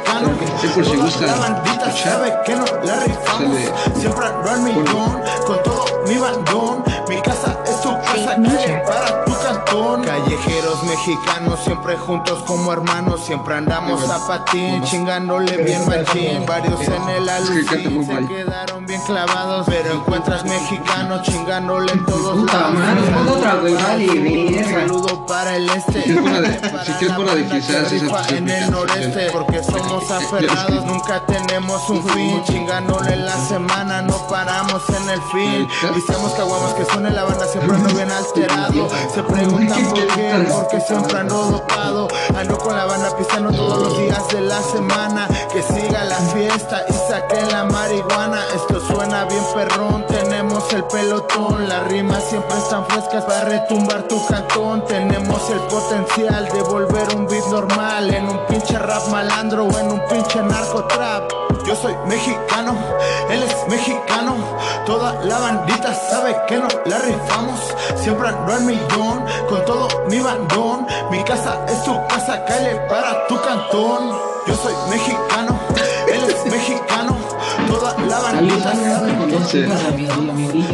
Sí, por si gustan
La bandita sabe que nos la rifamos.
Sale-
Siempre ando al millón, con todo mi bandón. Mi casa es su casa, calle para tu cantón. Callejeros mexicanos, siempre juntos como hermanos. Siempre andamos a patín, chingándole bien machín. Varios en el
Es que canta
alucín
muy
se
mal.
quedaron bien
bien clavados, pero encuentras mexicanos chingándole en todos lados.
pon otra, güey, vale,
Un
verga.
saludo para el
Si
este.
quieres pon la de- si quieres pon la de quizás, esa
Rifa
pues, es
en el
mexicana.
noreste porque somos aferrados, nunca tenemos un fin. Chingándole la semana, no paramos en el fin. Dicemos que aguamos que suene la banda, siempre ando bien alterado. Se preguntan por qué, porque siempre ando dopado. Ando con la banda pisando todos los días de la semana. Que siga la fiesta y saquen la marihuana. Esto suena bien perrón, tenemos el pelotón. Las rimas siempre están frescas para retumbar tu cantón. Tenemos el potencial de volver un beat normal en un pinche rap malandro o en un pinche narcotrap. Yo soy mexicano, él es mexicano. Toda la bandita sabe que nos la rifamos. Siempre ando al millón con todo mi bandón. Mi casa es tu casa, cale para tu cantón. Yo soy mexicano, él es mexicano. Toda la bandita sabe que nos
Sí.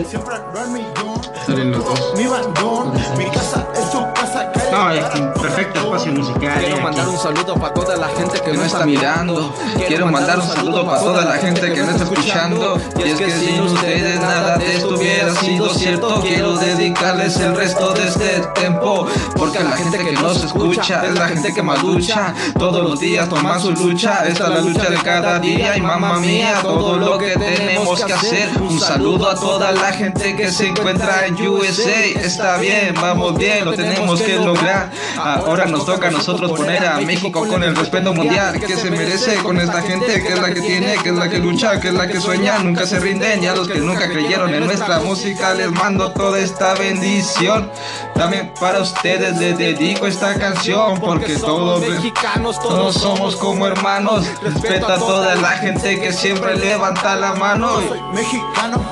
Siempre ando al millón.
Salen los dos.
Mi bandón, mi casa es tu casa,
No,
cale para
ya, perfecto espacio musical.
Quiero
ya,
mandar
aquí.
un saludo para toda la gente que
no
no
está
está mirando.
Quiero mandar un saludo para toda la gente que me está escuchando. Y es que sin ustedes nada de esto hubiera sido cierto. Quiero dedicarles el resto de este tiempo. Porque a la gente que nos escucha es la gente que maducha. Todos los días toma su lucha. Esta es la lucha de cada día. Y mamá mía, todo lo que tenemos que hacer. Un saludo a toda la gente que se encuentra en USA. Está bien, vamos bien, lo tenemos que lograr. Ahora nos toca a nosotros poner a México con el respeto mundial que se merece con esta gente que es la que tiene, que es la que lucha, que es la que sueña, nunca se rinden. Y a los que nunca creyeron en nuestra música les mando toda esta bendición. También para ustedes les dedico esta canción porque todos mexicanos, todos somos como hermanos. Respeta a toda la gente que siempre levanta la mano.
mexicano,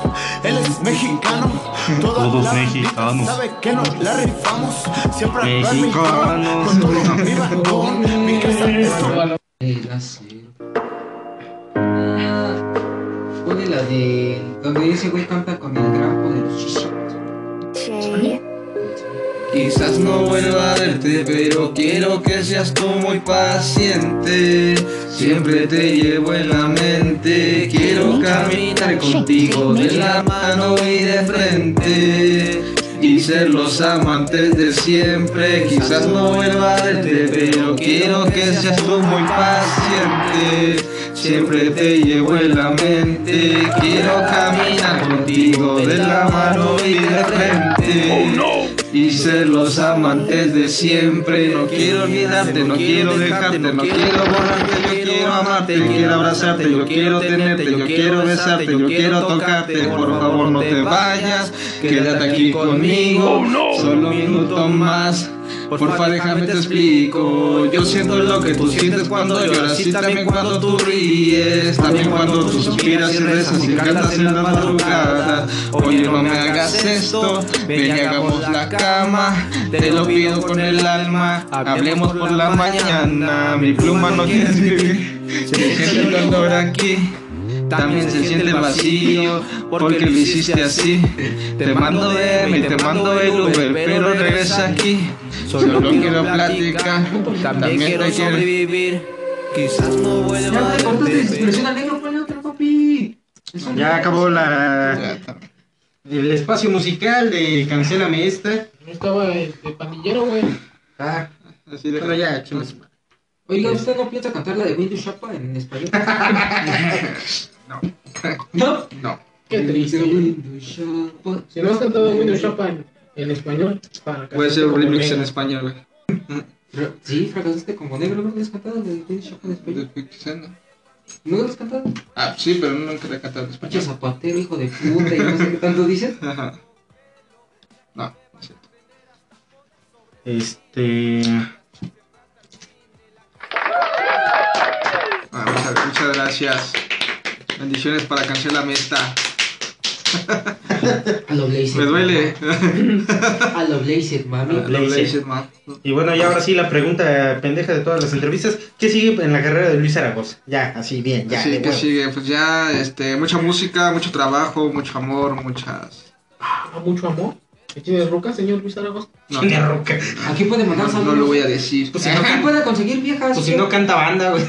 él es mexicano. Toda
Todos
la
mexicanos.
sabe que nos la rifamos. Siempre habrá
Mexicanos.
con todo mi bandón. Mi casa es tu
Eh, Ah,
Pone la de. Donde ese güey canta con el gran poderoso.
Quizás no vuelva a verte, pero quiero que seas tú muy paciente. Siempre te llevo en la mente. Quiero caminar contigo de la mano y de frente. Y ser los amantes de siempre. Quizás no vuelva a verte, pero quiero que seas tú muy paciente. Siempre te llevo en la mente. Quiero caminar contigo de la mano y de frente. Y ser los amantes de siempre. No quiero olvidarte, no quiero dejarte, no quiero borrarte. Yo quiero amarte, yo quiero abrazarte, yo quiero tenerte, yo quiero besarte, yo quiero tocarte. Por favor, no te vayas, quédate aquí conmigo. Solo un minuto más. Porfa, déjame te explico. Yo siento lo que tú sientes cuando lloras y también cuando tú ríes. También cuando tú suspiras y rezas y cantas en la madrugada. Oye, no me hagas esto. Ven y hagamos la cama. Te lo pido con el alma. Hablemos por la mañana. Mi pluma no <laughs> quiere escribir. Se siente el calor aquí. También se siente vacío porque lo hiciste así. Te mando DM, te mando el Uber, pero regresa aquí. Solo quiero platicar, también quiero sobrevivir. Quizás no vuelva
Ya, güey, cortaste la expresión al negro, ponle otra, papi.
Ya acabó la. El espacio musical de Cancélame esta.
No estaba el de pandillero, güey.
Ah, así de. Bueno, ya, chingas.
Oiga, ¿usted no piensa cantar la de Windows Chapa en
<laughs>
español? no. ¿No?
No.
Qué triste.
Windows Chapa.
Si no has cantado Windows Shop en, en español, para
Puede
cantarte
ser un
como
remix en
negro.
español, güey.
Sí, fracasaste como negro, ¿no? ¿No has cantado la de Windows Chapa en español?
Quizá no.
¿No lo has cantado?
Ah, sí, pero nunca la he cantado en
Pinche
español. <laughs>
zapatero, hijo de puta, y no sé qué tanto dices.
Ajá. No, no es cierto.
Este.
Ah, muchas, muchas gracias. Bendiciones para Cancelame esta.
A lo Blazer.
Me duele. <laughs>
A lo Blazer, mami.
Lo leches, man.
Y bueno, y ahora sí la pregunta eh, pendeja de todas las entrevistas. ¿Qué sigue en la carrera de Luis Zaragoza? Ya, así bien, ya.
Así
de
que
huevo.
sigue, pues ya, este, mucha música, mucho trabajo, mucho amor, muchas.
Ah, mucho amor. ¿Tiene ruca, señor Luis Zaragoza?
No,
Chinga, Roca.
Aquí puede
no,
mandar
no
saludos.
lo voy a decir. Eh,
Pues si no,
Aquí
can-
puede conseguir
Ah,
viejas.
pues si no canta banda, güey.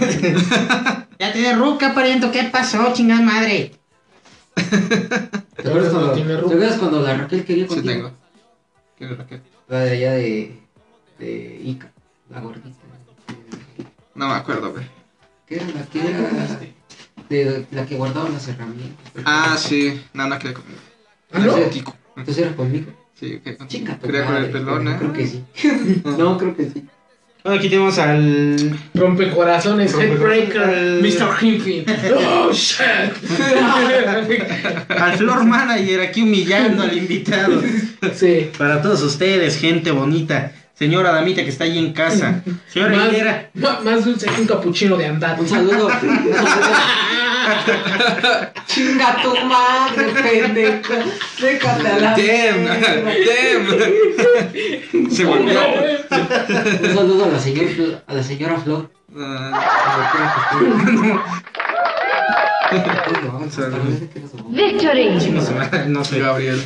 Ya te de ruca, pariento, ¿qué pasó, chingada madre?
¿Te acuerdas cuando, ¿te acuerdas cuando la Raquel quería
Sí,
contigo?
tengo. ¿Quién es Raquel?
La de allá de, de Ica, la gordita.
No me acuerdo, güey.
¿Qué era la que era? De la que guardaba las herramientas.
Ah, sí. No, no quería conmigo.
¿Ah, no?
Era Kiko.
Entonces era conmigo.
Sí, quería contigo.
Chinga tu
Quería con el
madre,
pelón,
pero
¿eh?
Creo
<laughs>
que sí. no, creo que sí.
Bueno, aquí tenemos al.
Rompecorazones, Headbreaker.
Mr.
Hinfin. Oh, shit.
al floor manager aquí humillando al invitado.
Sí.
Para todos ustedes, gente bonita. Señora Damita que está allí en casa. Señora
Más-
Higuera.
ma- más dulce que un capuchino de andar.
<laughs>
Un saludo. un saludo. Chinga tu madre, pendejo. Déjate a la.
Damn,
mierda.
damn. Se volvió.
Un saludo a la, señor- a la señora Flor.
Ah,
a la tía
<laughs>
Cristina. No, no,
saludos.
Sí,
Victory.
no, sé, no sé.
Gabriel.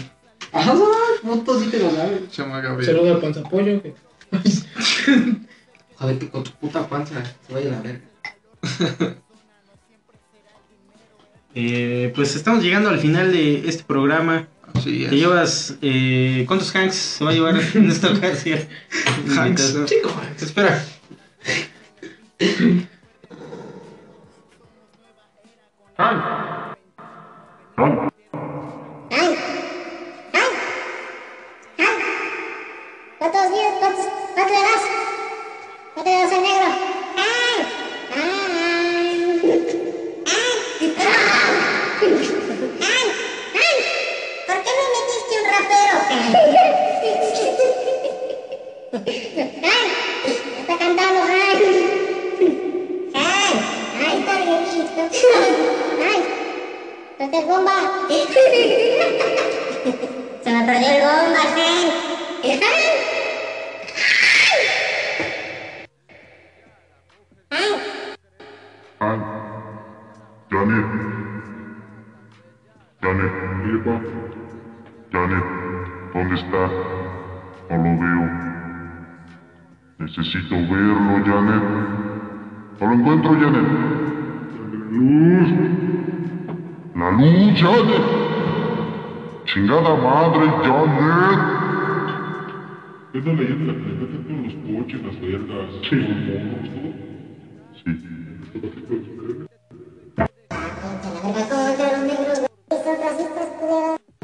Ah, puto, sí te lo sabes.
Se llama Gabriel.
Saludo al panzapollo. que-
Joder, que con tu puta panza se vaya a la verga.
Eh, pues estamos llegando al final de este programa.
Sí,
Te
es.
llevas. eh, ¿Cuántos hanks se va a llevar <laughs> en esta ocasión?
Hanks.
Invitado. Espera.
¡Ay! ¡Ay! ¡Ay! ¿Cuántos míos? ¿Cuántos? ¿Cuánto le das? ¿Cuánto le das al negro? ¡Ay! ¡Ay! ¡Ay! ¡Ay! ¡Ay! ¡Ay! ¿Por qué me metiste un rapero? ¡Ay! Está cantando, ay. Ay, ay, está viejito. Ay. ¡Suelta el bomba! <laughs> ¡Se me perdió el bomba, Hank! ¡Hank!
Janet. Janet, Eva. Janet, ¿dónde está? No lo veo. Necesito verlo, Janet. No lo encuentro, Janet. Luz. La luz, Janet. Chingada madre, Janet. Es la leyenda de la que le meten todos los coches, las vergas, los monos, todo. Sí.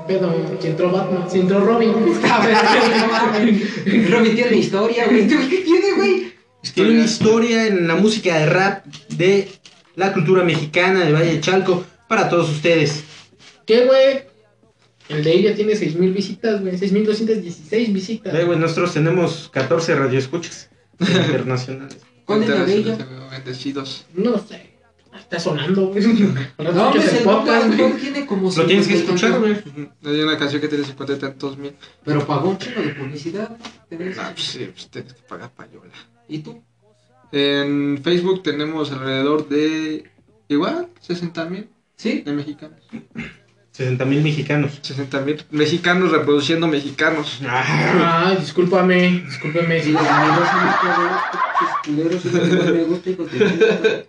Pedo, si entró Batman, si entró
<laughs>
Robin.
A ver, no <laughs> mames. Robin tiene historia, güey. ¿Tú ¿Qué tiene, güey?
Tiene una historia en la música de rap de la cultura mexicana de Valle de Chalco para todos ustedes.
¿Qué, güey? El de ella tiene 6.000 visitas, güey. 6.216 visitas.
Eh, güey, nosotros tenemos 14 radioescuchas <laughs> internacionales.
¿Cuál es la de ella?
Bendecidos.
No sé. Está sonando, güey.
No,
No,
hombre,
es
el
el podcast,
Doctor
güey.
tiene como
Lo tienes que
50
escuchar,
años,
güey.
Hay una canción que tiene 50 y tantos mil.
Pero pagó un chingo de publicidad. ¿no?
Ah, pues sí, pues tienes que pagar payola.
¿Y tú?
En Facebook tenemos alrededor de. Igual, 60 mil
¿Sí?
de mexicanos.
60 mil mexicanos.
60 mil mexicanos reproduciendo mexicanos.
Ah, discúlpame, discúlpame.
Sí, los amigos son los culeros, pinches culeros, son los que más me gusta, hijos de puta.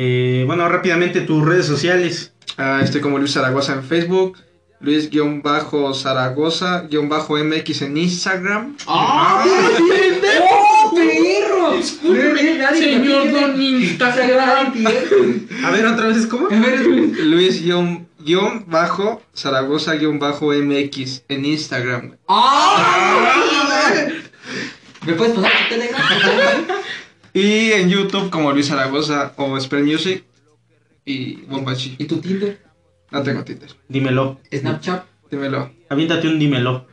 Eh, bueno, rápidamente tus redes sociales.
Ah, estoy como Luis Zaragoza en Facebook. Luis-Zaragoza-MX en Instagram.
¡Ah, ¡Oh, perro! Verga,
Señor Don Instagram.
¿eh?
A ver, otra vez, ¿cómo?
Luis-Zaragoza-MX en Instagram. güey.
¡Ah! güey! ¿Me puedes pasar tu telegram? por favor?
Y en YouTube como Luis Zaragoza o Spell Music y Bombachi.
¿Y tu Tinder?
No tengo Tinder.
Dímelo.
¿Snapchat?
Dímelo.
Aviéntate un dímelo.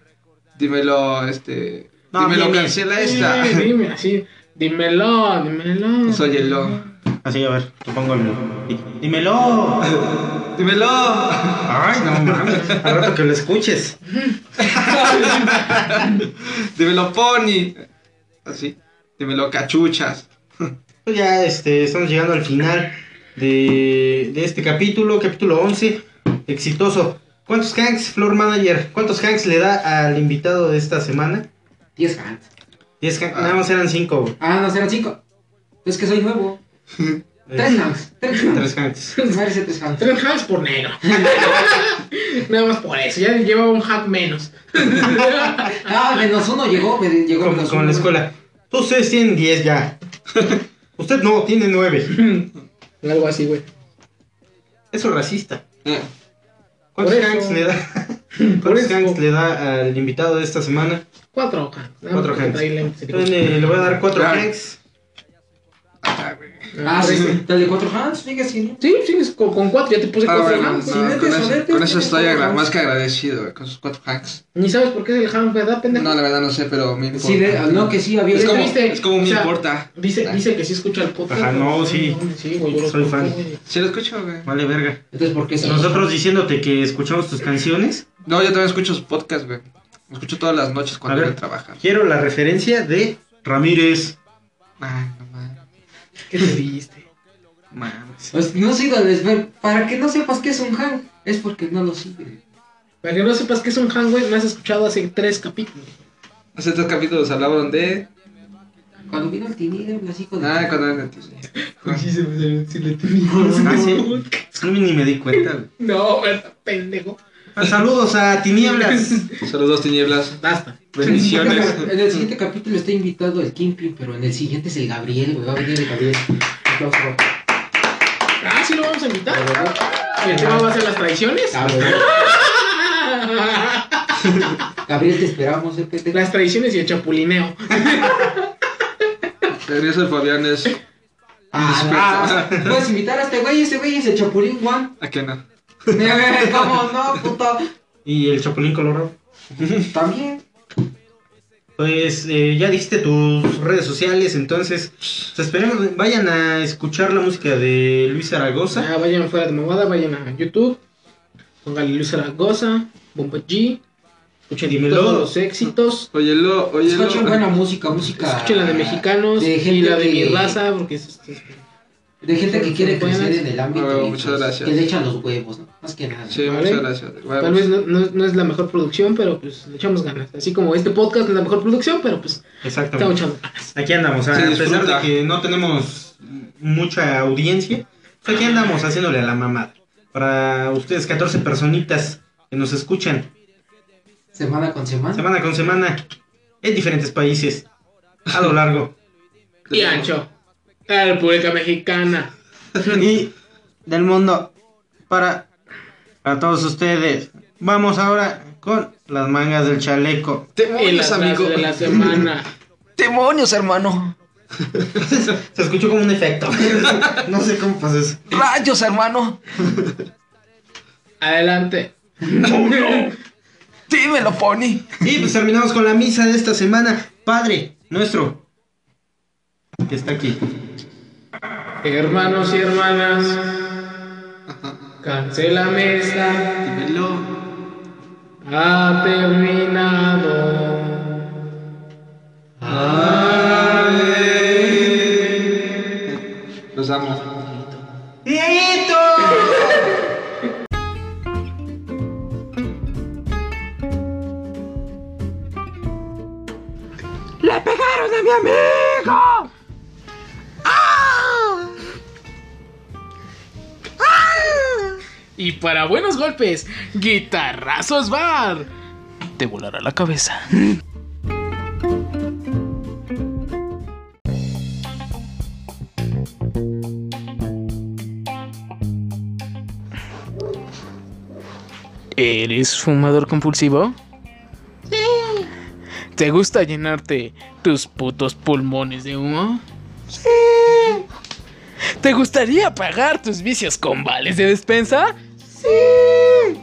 Dímelo, este.
No,
dímelo,
dime.
cancela
Sí,
esta.
dime, así. Dímelo, dímelo.
Soy el lo.
Así, a ver, te pongo el... ¡Dímelo!
Dímelo.
Ay, no mames. Al rato que lo escuches.
Dímelo, Pony. Así. Dímelo, cachuchas.
Pues ya este, estamos llegando al final de, de este capítulo, capítulo 11, exitoso. ¿Cuántos hanks, Floor Manager? ¿Cuántos hanks le da al invitado de esta semana?
10 hands.
10 hanks, nada más eran 5.
Ah, no, serán 5. Es que soy nuevo. Tres hanks. Tres hanks.
Tres hanks.
<laughs> Merece tres hanks.
Tres hacks por negro. <laughs> Nada más por eso. Ya llevaba un hack menos. <laughs>
Ah, menos uno llegó. me- Llegó
Como,
menos
como en
uno.
la escuela. Ustedes tienen 10 ya. <laughs> Usted no, tiene 9.
Algo así, güey.
Eso es racista.
Ah,
¿Cuántos
Por eso.
hanks le
<laughs>
da? ¿Cuántos hanks le da al invitado de esta semana?
Cuatro hanks. Nada más
Cuatro
porque
hanks.
trae lentes.
Entonces, eh, le voy a dar cuatro
Claro.
hanks.
Ah, sí, sí. Dale cuatro hands, fíjate, sí.
Sí, sí, con, con cuatro. Ya te puse
Ah,
cuatro
bueno,
hanks.
no,
sin
con,
lentes,
eso,
soletes,
con eso
tienes
estoy
cuatro
agra-
hanks.
más que agradecido, güey, con sus cuatro hacks.
Ni sabes por qué es el hank, ¿verdad, pendejo?
No, la verdad no sé, pero me importa.
Sí, de- no, que sí, había.
es,
¿Qué
como,
viste?
es como me
O sea,
importa.
Dice, dice que sí escucha el podcast.
Ajá, no,
pero-
sí.
Sí, güey, yo lo
Soy
escucho,
fan.
güey.
Sí lo escucho, güey.
Vale, verga.
Entonces, ¿por qué sí?
Nosotros diciéndote que escuchamos tus canciones.
No, yo también escucho sus podcasts, güey. Lo Escucho todas las noches
A
cuando
ver.
voy a trabajar.
Quiero la referencia de Ramírez.
Ay, no mames.
¿Qué te diste?
mames.
Pues, No síganles, güey. Para que no sepas qué es un hang, es porque no lo siguen.
Para que no sepas que es un hank, güey, me has escuchado hace tres capítulos.
Hace tres capítulos hablaban de.
Cuando vino el tinidero, el hocico de.
Ah, cuando eran de- <laughs>
Sí, se me si le <laughs>
Ah, sí. Yo ni me di cuenta. güey.
No, güey, pendejo.
Ah, Saludos a Tinieblas.
Saludos, tinieblas.
Basta.
<laughs> Bendiciones.
En el siguiente capítulo está invitado el Kimpin, pero en el siguiente es el Gabriel, güey. Va a venir el Gabriel. Aplausos, güey.
Ah, sí lo vamos a invitar. El tema va a ser las traiciones.
Ah, güey. Gabriel, te esperamos, eh, pendejo.
Las traiciones y el chapulineo.
Regreso el Fabián es.
Ah, no, puedes invitar a este güey, este güey es el Chapulín Juan.
¿A qué no?
<laughs> ¿Cómo no, puto?
Y el Chapulín Colorado.
También.
Pues eh, ya dijiste tus redes sociales, entonces pues, esperemos, vayan a escuchar la música de Luis Zaragoza.
Ah, vayan fuera de mamada, vayan a YouTube. Póngale Luis Zaragoza, Bomba G. Escuchen
Dímelo.
todos los éxitos.
Óyelo, óyelo.
Escuchen buena música, música.
Escuchen la de mexicanos
Ah, de
y
gente
la de mi
que-
raza, porque es, es-
De gente que quiere
Buenas.
crecer en el ámbito.
Ah,
y,
muchas
pues,
gracias.
Que le echan los huevos, ¿no? Más que nada.
Sí,
Vale.
muchas gracias.
Ah,
Vamos.
tal vez no,
pues.
no- no es la mejor producción, pero pues le echamos ganas. Así como este podcast no es la mejor producción, pero pues estamos
Exactamente.
echando ganas.
Aquí andamos, a
Se
pesar
disfruta.
de que no tenemos mucha audiencia, pues, aquí andamos haciéndole a la mamada. Para ustedes, 14 personitas que nos escuchan
Semana con semana.
semana con semana en diferentes países a lo largo.
Y ancho. La República Mexicana.
y del mundo para, para todos ustedes. Vamos ahora con las mangas del chaleco.
El atraso de la semana.
Demonios, hermano.
Se escuchó como un efecto. <laughs> no sé cómo pasó eso.
Rayos, hermano.
Adelante.
Dímelo, Pony.
Y pues terminamos con la misa de esta semana. Padre nuestro, que está aquí.
Hermanos y hermanas, cancélame esta.
Dímelo.
Ha terminado.
Los amo.
Y para buenos golpes, Guitarrazos Bar. Te volará la cabeza. ¿Eres fumador compulsivo? Sí. ¿Te gusta llenarte tus putos pulmones de humo? ¿Te gustaría pagar tus vicios con vales de despensa? Sí.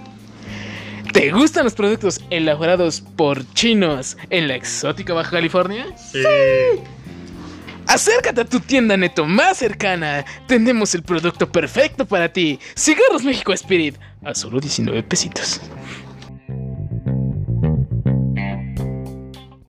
¿Te gustan los productos elaborados por chinos en la exótica Baja California? Sí. Acércate a tu tienda neto más cercana. Tenemos el producto perfecto para ti. Cigarros México Spirit a solo 19 pesitos.